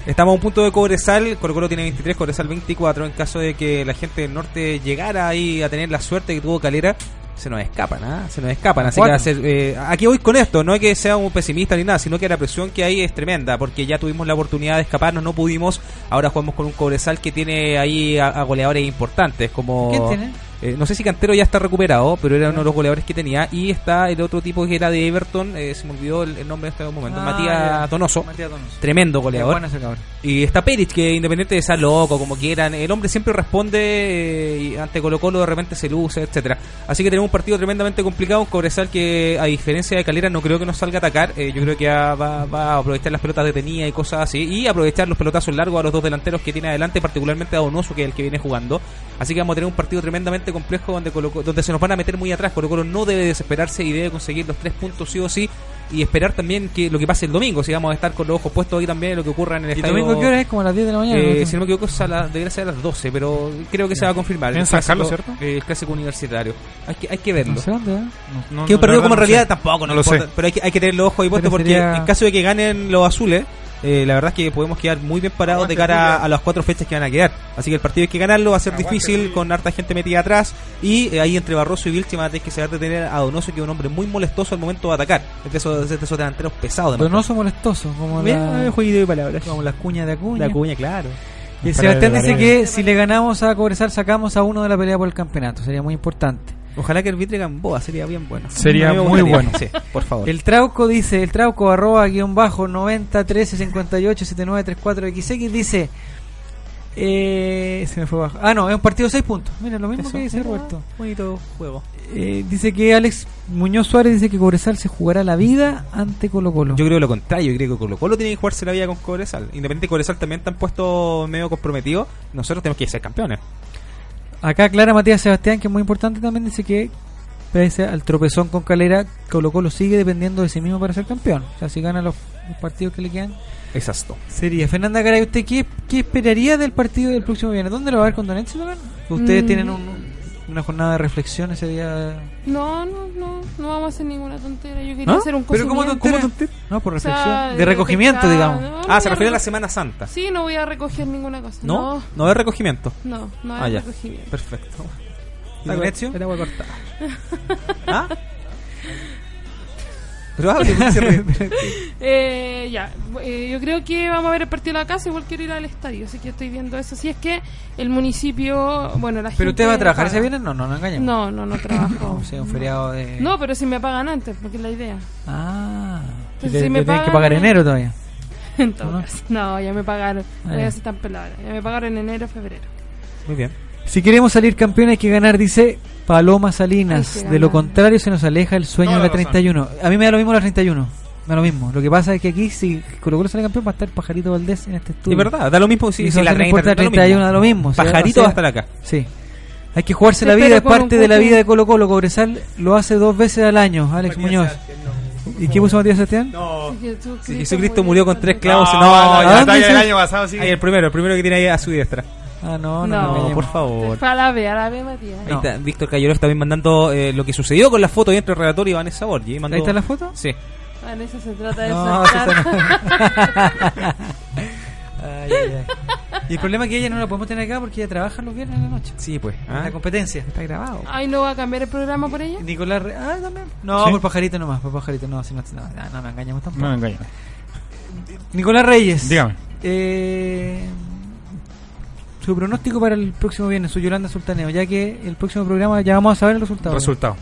Estamos a un punto de Cobresal. Colo Colo tiene 23, Cobresal 24. En caso de que la gente del norte llegara ahí a tener la suerte que tuvo Calera, se nos escapan, ¿ah? Se nos escapan. Así que Cuatro. va a ser, eh, aquí voy con esto. No es que sea un pesimista ni nada, sino que la presión que hay es tremenda. Porque ya tuvimos la oportunidad de escaparnos, no pudimos. Ahora jugamos con un Cobresal que tiene ahí a, a goleadores importantes. Como, ¿Quién tiene? eh, no sé si Cantero ya está recuperado, pero era uno de los goleadores que tenía. Y está el otro tipo que era de Everton. eh, se me olvidó el, el nombre en este momento. Ah, Matías ya. Tonoso. Matías Donoso. Tremendo Qué goleador. bueno ese cabrón. Y está Pérez, que independiente de sea loco, como quieran, el hombre siempre responde eh, y ante Colo Colo de repente se luce, etcétera Así que tenemos un partido tremendamente complicado, un Cobresal que a diferencia de Calera no creo que nos salga a atacar, eh, yo creo que va, va- va a aprovechar las pelotas detenidas y cosas así, y aprovechar los pelotazos largos a los dos delanteros que tiene adelante, particularmente a Donoso, que es el que viene jugando. Así que vamos a tener un partido tremendamente complejo donde, Colo Colo- donde se nos van a meter muy atrás, Colo Colo no debe desesperarse y debe conseguir los tres puntos sí o sí. Y esperar también que lo que pase el domingo, si vamos a estar con los ojos puestos ahí también en lo que ocurra en el ¿Y estadio. domingo qué hora es? Como a las 10 de la mañana. Eh, ¿no? si no me equivoco, es a la- debería ser a las 12, pero creo que se va a confirmar. En El San clásico- Carlos, ¿cierto? eh, El clásico universitario. Hay que, hay que No verlo. sé dónde, ¿eh? No, no, que la un partido verdad como en no sé. realidad tampoco, no, No lo importa, sé. Pero hay que, hay que tener los ojos ahí puestos Pero porque sería- en caso de que ganen los azules, eh, la verdad es que podemos quedar muy bien parados de cara a, a las cuatro fechas que van a quedar. Así que el partido hay que ganarlo, va a ser difícil con harta gente metida atrás. Y eh, ahí entre Barroso y Vilche van a tener que saber detener a Donoso, que es un hombre muy molestoso al momento de atacar. Es de esos, es de esos delanteros pesados. además. Donoso molestoso, como Bien, la, eh, jueguito de palabras. como la cuña de Acuña. La cuña, claro. Y Para Sebastián el- dice para que si le ganamos a Cobresal sacamos a uno de la pelea por el campeonato, sería muy importante. Ojalá que arbitre Gamboa, sería bien bueno. Sería A mí me muy gustaría, bueno. Sí, por favor. El Trauco dice, el Trauco arroba guión bajo 90 13 58 79 34 XX dice, eh, se me fue bajo. Ah, no, es un partido de 6 puntos. Mira, lo mismo Eso. que dice Roberto. bonito juego. Eh, dice que Alex Muñoz Suárez dice que Cobresal se jugará la vida ante Colo Colo. Yo creo lo contrario, yo creo que Colo Colo tiene que jugarse la vida con Cobresal. Independiente de Cobresal también están puestos medio comprometidos. Nosotros tenemos que ser campeones. Acá Clara Matías Sebastián, que es muy importante también, dice que pese al tropezón con Calera, Colo Colo sigue dependiendo de sí mismo para ser campeón. O sea, si gana los- los partidos que le quedan, Exacto. Sería Fernanda Garay, ¿usted qué, qué esperaría del partido del próximo viernes? ¿Dónde lo va a ver con Don Enzo, Logan? Ustedes Mm. tienen un- una jornada de reflexión ese día. No, no, no, no vamos a hacer ninguna tontera. Yo quería ¿No? hacer un ¿Pero cómo cocimiento. tontera? No, por O sea, reflexión. de recogimiento, pescado, digamos. no, Ah, no se voy refiere a la reco- Semana Santa. Sí, no voy a recoger ninguna cosa. ¿No? No, No es recogimiento. no, no, Ah, es ya. recogimiento. Perfecto. [laughs] ¿Y Don Ezio? Era [laughs] agua cortada. [laughs] ¿Ah? Pero hable, ¿por qué se [laughs] ríe? Eh, ya, eh, yo creo que vamos a ver el partido de la casa, igual quiero ir al estadio, así que estoy viendo eso. Si es que el municipio, bueno, la gente... ¿Pero usted va a trabajar ese paga. viernes? No, no, no engañemos. No, no, no trabajo. [laughs] O sea, un feriado de. No, pero si me pagan antes, porque es la idea. [laughs] Ah. Entonces, le- si le tienen me que pagan- pagar enero todavía. En todo ¿No? caso. No, ya me pagaron. Ah, Voy ya. a ser tan pelada. Ya me pagaron en enero, febrero. Muy bien. Si queremos salir campeones hay que ganar, dice Paloma Hay que Salinas. ganar. De lo contrario se nos aleja el sueño Toda de la la razón. 31. A mí me da lo mismo la 31. Me da lo mismo. Lo que pasa es que aquí si Colo Colo sale campeón va a estar Pajarito Valdés en este Es estudio. verdad, da lo mismo si, Y si no la se le 30, importa la 31 da lo mismo, o sea, Pajarito o sea- hasta la acá. Sí. Hay que jugarse Sí, la vida, pero es con un parte de la cupo. vida de Colo Colo. Cobresal lo hace dos veces al año, Alex Muñoz. ¿Y qué puso Matías Sebastián? No. Así que Jesucristo, Si Jesucristo murió con tres clavos, no, No, ¿a la dónde talla del se- año pasado sí. Ahí el primero, el primero que tiene ahí a su diestra. Ah, no, no, No, no, No, no por favor. Fue a la B, a la B, Matías. Ahí No. está, Víctor Cayolov también mandando eh, lo que sucedió con la foto ahí entre el relator y Vanessa Borgi. Mandó... ¿Ahí está la foto? Sí. Ah, de eso se trata de No, soltar. se está- Ay, ay, ay. Y el problema es que ella no la podemos tener acá porque ella trabaja los viernes en la noche. Sí, pues. En ¿ah? La competencia. Está grabado. [laughs] Ay, ¿no va a cambiar el programa por ella? Nicolás. Re- Ah, también. No, Sí. por pajarito nomás, por pajarito. No, si no, no, no, no, no engañamos tampoco. No me engañes. Nicolás Reyes. Dígame. Eh, su pronóstico para el próximo viernes, su Yolanda Sultaneo, ya que el próximo programa ya vamos a saber el resultado. Resultado.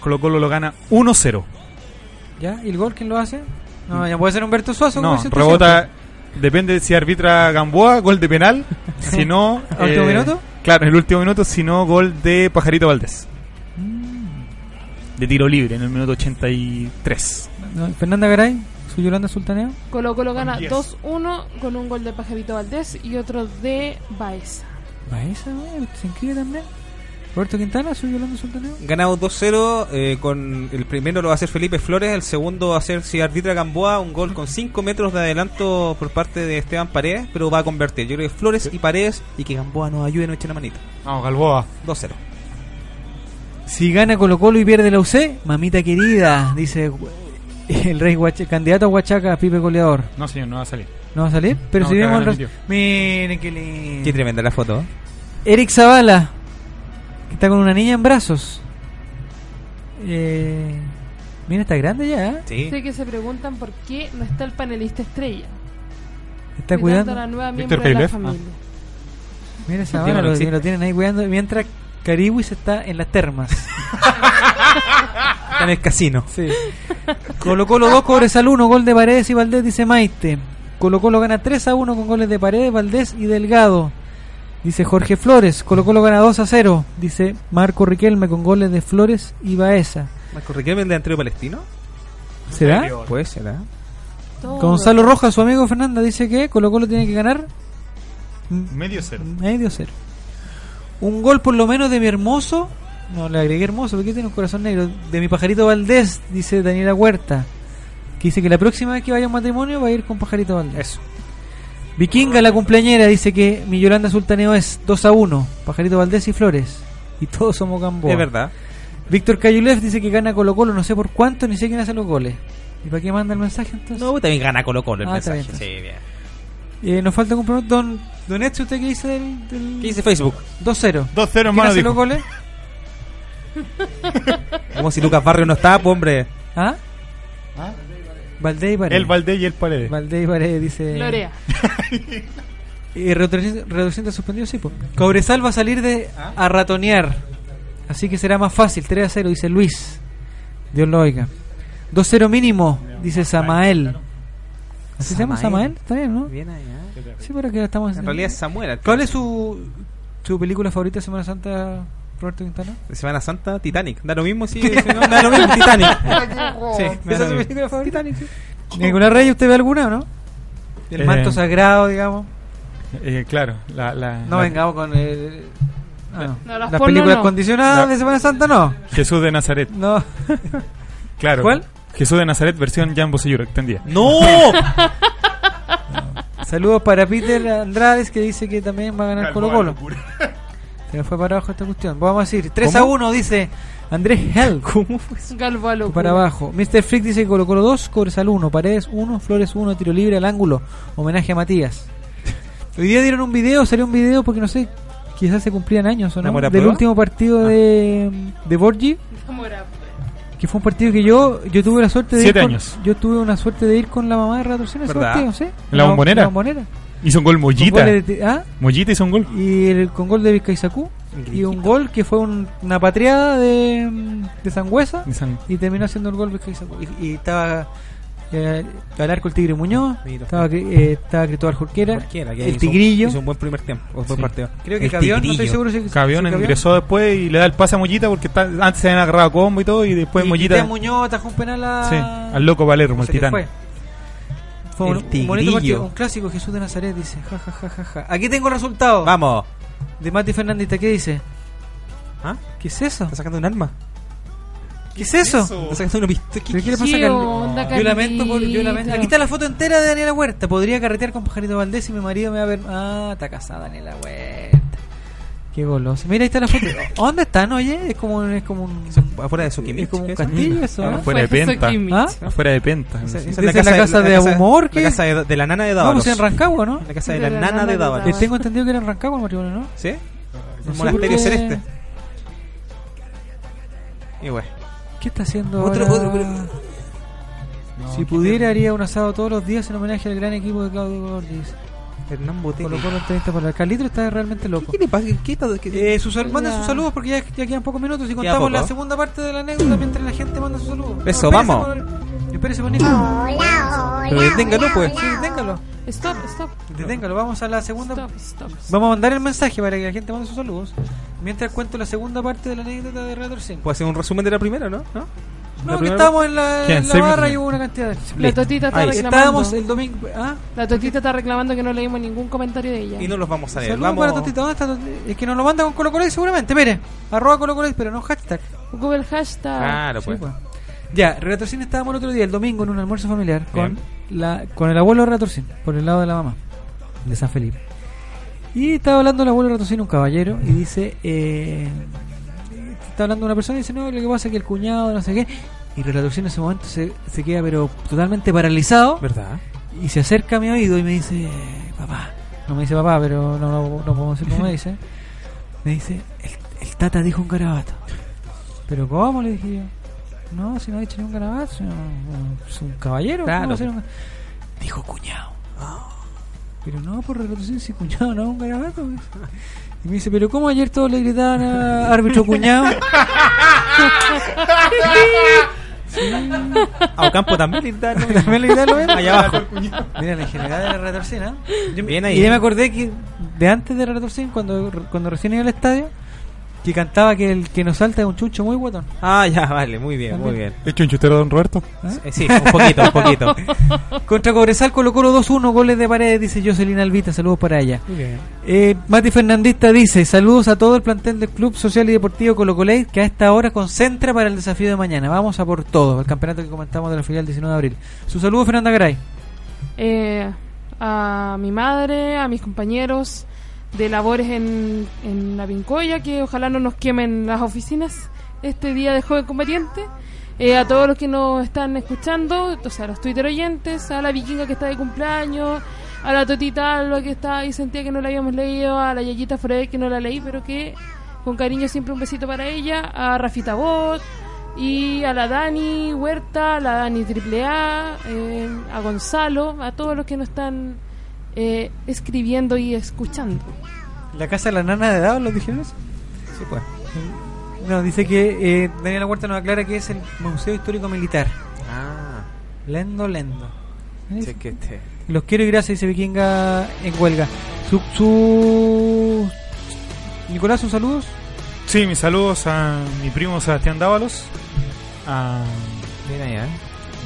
Colo Colo lo gana 1-0. ¿Ya? ¿Y el gol quién lo hace? No, ya puede ser Humberto Suazo. como No, dices tú rebota. Depende si arbitra Gamboa, gol [laughs] de penal. si no. eh, ¿Al último minuto? Claro, en el último minuto, si no, gol de Pajarito Valdés. De tiro libre en el minuto 83. siempre. No, Fernanda Garay, su Yolanda Sultaneo. Colo Colo gana Yes. 2-1 con un gol de Pajarito Valdés y otro de Baeza. Baeza, ¿no? eh, se inscribe también. Roberto Quintana, su Yolanda Sultaneo. Ganamos 2-0 eh, con el primero lo va a hacer Felipe Flores, el segundo va a ser si arbitra Gamboa, un gol con 5 metros de adelanto por parte de Esteban Paredes, pero va a convertir. Yo creo que Flores y Paredes y que Gamboa nos ayude, nos eche una manita. Vamos, Gamboa. 2-0. Si gana Colo Colo y pierde la UC, mamita querida, dice eh, el rey Huache- candidato a Huachaca, Pipe Goleador. No, señor, no va a salir. ¿No va a salir? Pero No, si te vemos el hagan el res- Miren qué lindo. Qué tremenda la foto. ¿eh? Eric Zavala, que está con una niña en brazos. Eh, mira, está grande ya, ¿eh? Sí. Sé que se preguntan por qué no está el panelista estrella. Está cuidando. cuidando a la nueva miembro Víctor de la Pailet. familia. Mira, Tiene Zavala, una lo, existe. lo tienen ahí cuidando. Mientras Cariwis está en las termas. Ah. Está en el casino. Sí. Colo Colo 2, Cobresal 1, gol de Paredes y Valdés, dice Maite. Colo Colo gana 3 a 1 con goles de Paredes, Valdés y Delgado. Dice Jorge Flores. Colo Colo gana 2 a 0. Dice Marco Riquelme con goles de Flores y Baeza. Marco Riquelme el delantero palestino. ¿Será? Puede ser, ¿eh? Todo Ah. Gonzalo Rojas, su amigo Fernanda, dice que Colo Colo tiene que ganar mm, Medio cero. medio cero. Un gol por lo menos de mi hermoso. No, le agregué hermoso, porque tiene un corazón negro. De mi pajarito Valdés, dice Daniela Huerta. Que dice que la próxima vez que vaya a un matrimonio va a ir con pajarito Valdés. Eso. Vikinga, la cumpleañera, dice que mi Yolanda Sultaneo es 2 a 1. Pajarito Valdés y Flores. Y todos somos Gamboa. Es verdad. Víctor Cayulev dice que gana Colo Colo, no sé por cuánto, ni sé quién hace los goles. ¿Y para qué manda el mensaje entonces? No, también gana Colo Colo el Ah, está mensaje. bien, Sí, bien. Eh, nos falta compromiso. Don, don Edson, ¿usted qué dice del, del... ¿Qué dice Facebook? 2-0? 2-0 en ¿Quién mano, hace los dijo. goles? Como si Lucas Barrio no estaba, pues, hombre. ¿Ah? Valdés y Paredes. El Valdés y el Paredes. Valdés y Paredes, eh, dice... [laughs] Lorea. Y reducción reducción de suspendido, sí, po. Cobresal va a salir de ¿Ah? a ratonear. Así que será más fácil. 3 a 0, dice Luis. Dios lo oiga. 2-0 mínimo, dice Samael. ¿Así se llama Samael? Samael. Está bien, ¿no? Bien allá. Sí, pero que ahora estamos... En realidad es Samuel. ¿Cuál es su, su película favorita de Semana Santa, Roberto Quintana? De Semana Santa, Titanic. Da lo mismo [laughs] si. si no, da lo mismo, Titanic. sí, ¿Esa es su su película favorita? [laughs] Nicolás Reyes, ¿usted ve alguna o no? El Eh, manto sagrado, digamos. Eh, claro, la. la- No la- vengamos con el... ah, no. No, las Las porno películas no. condicionadas La- de Semana Santa, no. Jesús de Nazaret. No. [laughs] Claro. ¿Cuál? Jesús de Nazaret, versión Jambo Seyura, entendía. [laughs] ¡No! Saludos para Peter Andrades que dice que también va a ganar Colo Colo. Se nos fue para abajo esta cuestión. Vamos a decir, 3 a ¿Cómo? 1 dice Andrés Hell. ¿Cómo fue Galvo a locura. Para abajo. Mr. Freak dice que Colo Colo 2, Cobresal 1, Paredes 1, Flores 1, tiro libre al ángulo. Homenaje a [laughs] Matías. Hoy día dieron un video, salió un video porque no sé, quizás se cumplían años o no. ¿Amor a Del prueba? último Ah. partido de, de Borgi, Zamora. que fue un partido que yo yo tuve la suerte de Siete ir con- años. yo tuve una suerte de ir con la mamá de Ratorcino ese ¿Verdad? partido, ¿sí? ¿En la bombonera? La bombonera. Hizo un gol Con Mollita. goles de- ¿Ah? Mollita hizo un gol. y el, con gol de Vizcaizacú y un gol que fue un- una patriada de, mm, de Sangüesa San- y terminó haciendo el gol Vizcaizacú y, y estaba eh, al arco el Tigre Muñoz Mira. estaba, Cri- eh, estaba Cristóbal Jorquera Cualquiera, que el hizo- Tigrillo Hizo un buen primer tiempo. o buen Sí. partido. creo que El Cavión no estoy Tigrillo. seguro si si Cavión ingresó después y le da el pase a Mollita porque está- antes se habían agarrado a combo y todo y después y Mollita. Tite Muñoz atajó un penal a Sí, al loco Valero, no al sé qué titán. fue. Fue un, El un bonito Tigrillo. partido, un clásico Jesús de Nazaret dice ja, ja, ja, ja, ja. aquí tengo el resultado Vamos. de Mati Fernández ¿qué dice? ¿Ah? ¿qué es eso? ¿Está sacando un arma? ¿qué es eso? ¿Está sacando una pistola? ¿Qué- Oh. ¿Pero qué- qué le pasa a Sí, Carl- onda, Yo lamento, por- yo Carlito. lamento. Aquí está la foto entera de Daniela Huerta. Podría carretear con Pajarito Valdés y mi marido me va a ver. Ah, está casada Daniela Huerta. Qué goloso. Mira, ahí está la [laughs] foto. ¿Dónde están, oye? Es como un. Es como un Afuera de Sokimich. es como un ¿qué es? castillo eso. ¿eh? Fuera de Fuerte penta. Sokimich. ¿Ah? Afuera de Penta. no Esa- esa sé. es Dice la casa de la Abumor, ¿qué? La casa de, de la nana de Vamos Dávalos. en Rancagua, ¿no? La casa de la nana de Eh, Dávalos. Tengo entendido que era en Rancagua el matrimonio, ¿no? ¿Sí? No El sé monasterio por qué- celeste. Y bueno. ¿Qué está haciendo Otro- ahora? otro- pero- si pudiera haría un asado todos los días en homenaje al gran equipo de Claudio Gordis. Hernán Botello. Colocó la entrevista para el Carlitro está realmente loco. ¿Qué le pasa? ¿Qué está- qué- Eh, sus sal- manda Ya. sus saludos porque ya, ya quedan pocos minutos y contamos poco, la ¿eh? segunda parte de la anécdota mientras la gente manda sus saludos. Eso, espérese vamos. por- Espérese, por Nico. Pero deténgalo, pues. Sí, deténgalo. Stop, stop, Deténgalo. Vamos a la segunda. stop, stop. Vamos a mandar el mensaje para que la gente mande sus saludos. Mientras cuento la segunda parte de la anécdota de Redor 5. Puede Pues hacer un resumen de la primera, ¿no? ¿No? No, que estábamos en la, ¿Qué, en en la seis barra minutos? y hubo una cantidad de. La totita está Ahí. reclamando. Estábamos el domingo. ¿Ah? La totita está reclamando que no leímos ningún comentario de ella. Y no los vamos a leer. Saludos Vamos. para Totita. ¿Dónde está Totita? Es que nos lo manda con Colo Colo seguramente. Mire, arroba Colo Colo, pero no hashtag. Google hashtag. Ah, Claro, Sí, pues. pues. Ya, Relatorcín estábamos el otro día, el domingo, en un almuerzo familiar con Bien. la con el abuelo de Relatorcín, por el lado de la mamá, de San Felipe. Y estaba hablando el abuelo de Relatorcín, un caballero, y dice: eh, Está hablando una persona y dice: No, lo que pasa es que el cuñado, no sé qué. Y Relatorcín en ese momento se, se queda, pero totalmente paralizado. ¿Verdad? Y se acerca a mi oído y me dice, papá, no me dice papá, pero no, no, no podemos decir cómo me dice. Me dice, el, el tata dijo un garabato. ¿Pero cómo? Le dije yo. No, si no ha dicho ningún garabato, si no- no, es un caballero. ¿cómo va a Claro. ser un ga-?" Dijo cuñado. Pero no, por relación si cuñado no es un garabato. pues. Y me dice, pero ¿cómo ayer todos le gritaban a árbitro cuñado? A Ocampo también [laughs] le dan lo mismo. También le gritaban lo mismo. [laughs] Allá abajo. Mira la ingenuidad de la retorcina. Bien ahí. ¿eh? Y ya me acordé que de antes de Ratorcín, cuando, cuando recién iba al estadio, que cantaba que el que nos salta es un chucho muy [laughs] guatón. Ah, ya, vale. Muy bien, muy bien. ¿Hecho un chutero, don Roberto? Eh, Sí, un poquito, [laughs] un poquito. Contra Cobresal Colo Colo 2-1, goles de paredes, dice Jocelyn Albita, saludos para ella. Eh, Mati Fernandista dice, saludos a todo el plantel del Club Social y Deportivo Colo Colo que a esta hora concentra para el desafío de mañana. Vamos a por todo, el campeonato que comentamos de la final 19 de abril. Su saludo Fernanda Garay. Eh, a mi madre, a mis compañeros de labores en, en la Pincoya, que ojalá no nos quemen las oficinas este día de joven combatiente. Eh, a todos los que nos están escuchando, o sea, a los Twitter oyentes, a la vikinga que está de cumpleaños, a la Totita Alba que está ahí, sentía que no la habíamos leído, a la Yayita Fred que no la leí, pero que con cariño siempre un besito para ella, a Rafita Bot, y a la Dani Huerta, a la Dani Triple A, eh, a Gonzalo, a todos los que nos están eh, escribiendo y escuchando. ¿La casa de la nana de Davos, lo dijeron eso? Sí, pues. No, dice que eh, Daniela Huerta nos aclara que es el Museo Histórico Militar. Ah, Lendo, lendo. sí, es que este. Los quiero y gracias, dice Vikinga en huelga. Su, su... Nicolás, sus saludos. Sí, mis saludos a mi primo Sebastián Dávalos. A... Bien ahí, ¿eh?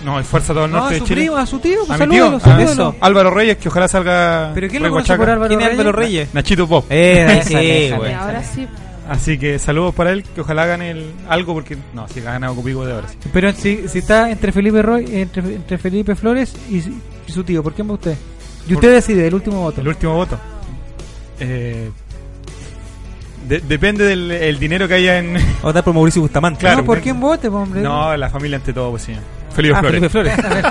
No, el Fuerza todo el No, a norte su de Chile. primo, a su tío, a pues, mi tío, salúdalo, a- salúdalo. Álvaro Reyes, que ojalá salga. ¿Pero quién lo Rey conoce Huachaca. por Álvaro ¿Quién es Reyes? Álvaro Reyes? Nachito Pop. [laughs] Eh, Esa, sí, esa, güey. esa. Ahora sí, Así que saludos para él, que ojalá gane el- algo, porque no, si ha ganado Copico de ahora. sí. Pero si, si está entre Felipe Roy, entre, entre Felipe Flores y, su- y su tío, ¿por quién va usted? Y Por- usted decide, el último voto. El último voto. Eh, de- depende del el dinero que haya [laughs] en. Votar por Mauricio Bustamante. Claro, no, ¿por porque- quién vote, po, hombre? No, la familia ante todo, pues señor. Felipe Ah, Flores. Felipe Flores.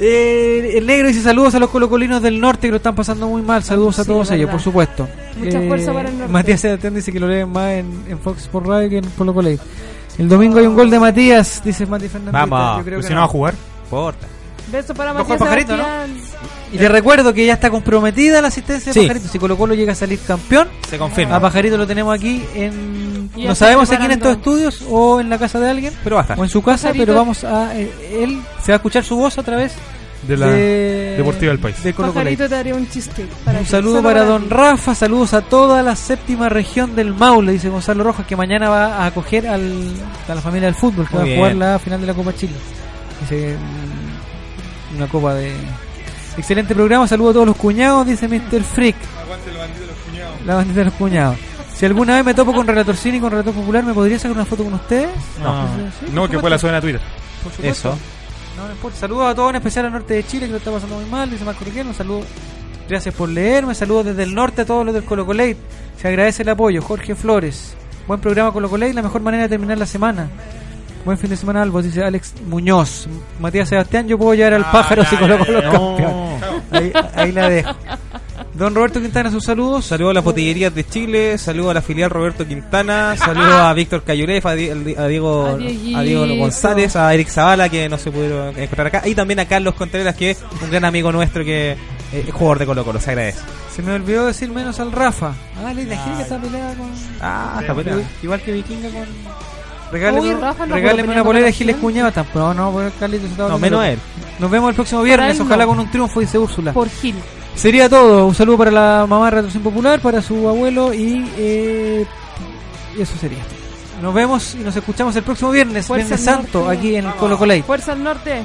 Eh, el negro dice saludos a los colocolinos del norte que lo están pasando muy mal. Saludos Sí, a todos verdad. ellos, por supuesto. Eh, Mucha fuerza para el norte. Matías Sebastián dice que lo leen más en, en Fox por Radio que en Colo Colo. El domingo hay un gol de Matías, dice Mati Fernández. Vamos, Yo creo Pues que si no. no va a jugar. Porta. beso para Ojo al Matías pajarito, ¿no? Sebastián. Y te recuerdo que ya está comprometida la asistencia de Sí. Pajarito. Si Colo Colo llega a salir campeón, Se Ah. a confirma. Pajarito lo tenemos aquí en... Y No está sabemos aquí en preparando. estos estudios o en la casa de alguien. Pero va a estar. O en su casa, Pajarito. pero vamos a... eh, él se va a escuchar su voz a través De la Deportiva del País. De Colo Colo. Pajarito te haré un chiste. para Un ti, saludo solo para ti. don Rafa, saludos a toda la séptima región del Maule, dice Gonzalo Rojas, que mañana va a acoger al, a la familia del fútbol, que Muy va a bien. jugar la final de la Copa Chile. Dice mm, una copa de... Excelente programa, saludo a todos los cuñados, dice Mr. Freak, Aguante los bandidos de los cuñados. la bandita de los cuñados. Si alguna vez me topo con Relator Cine y con Relator Popular, ¿me podría sacar una foto con ustedes? No, Sí, no, sí, por que supuesto. fue la zona a Twitter. Por supuesto. Eso. No, no importa. Saludos a todos, en especial al norte de Chile, que lo está pasando muy mal. Dice Marco Riquelme, un saludo. Gracias por leerme. Saludos desde el norte a todos los del Colo Colate. Se agradece el apoyo. Jorge Flores. Buen programa Colo Colate, la mejor manera de terminar la semana. Buen fin de semana, Albo, dice Alex Muñoz. Matías Sebastián, yo puedo llevar al pájaro si coloco los campeones. Ahí, ahí la dejo. Don Roberto Quintana, sus saludos. Saludo a las botillerías de Chile, saludo a la filial Roberto Quintana, saludo a Víctor Cayulef, a, Di- a Diego, A a Dieguito. Diego González, a Eric Zavala que no se pudieron encontrar acá y también a Carlos Contreras que es un gran amigo nuestro que eh, es jugador de Colo Colo, se agradece. Se me olvidó decir menos al Rafa. Ah, le dejé que está peleada con. Ah, está peleada. Igual que Vikinga con. Uy, Regáleme, Rafa, no puedo regáleme pelear una con polera de la Giles China. Cuñado tampoco. No, porque Carlitos estaba No, hablando menos de- él. Nos vemos el próximo Para viernes. él Ojalá no. con un triunfo, dice Úrsula. Por Gil. Sería todo. Un saludo para la mamá de Retroacción Popular, para su abuelo y eh, eso sería. Nos vemos y nos escuchamos el próximo viernes, Fuerza Viernes al norte. Santo, aquí en Colo Colate. Fuerza al norte.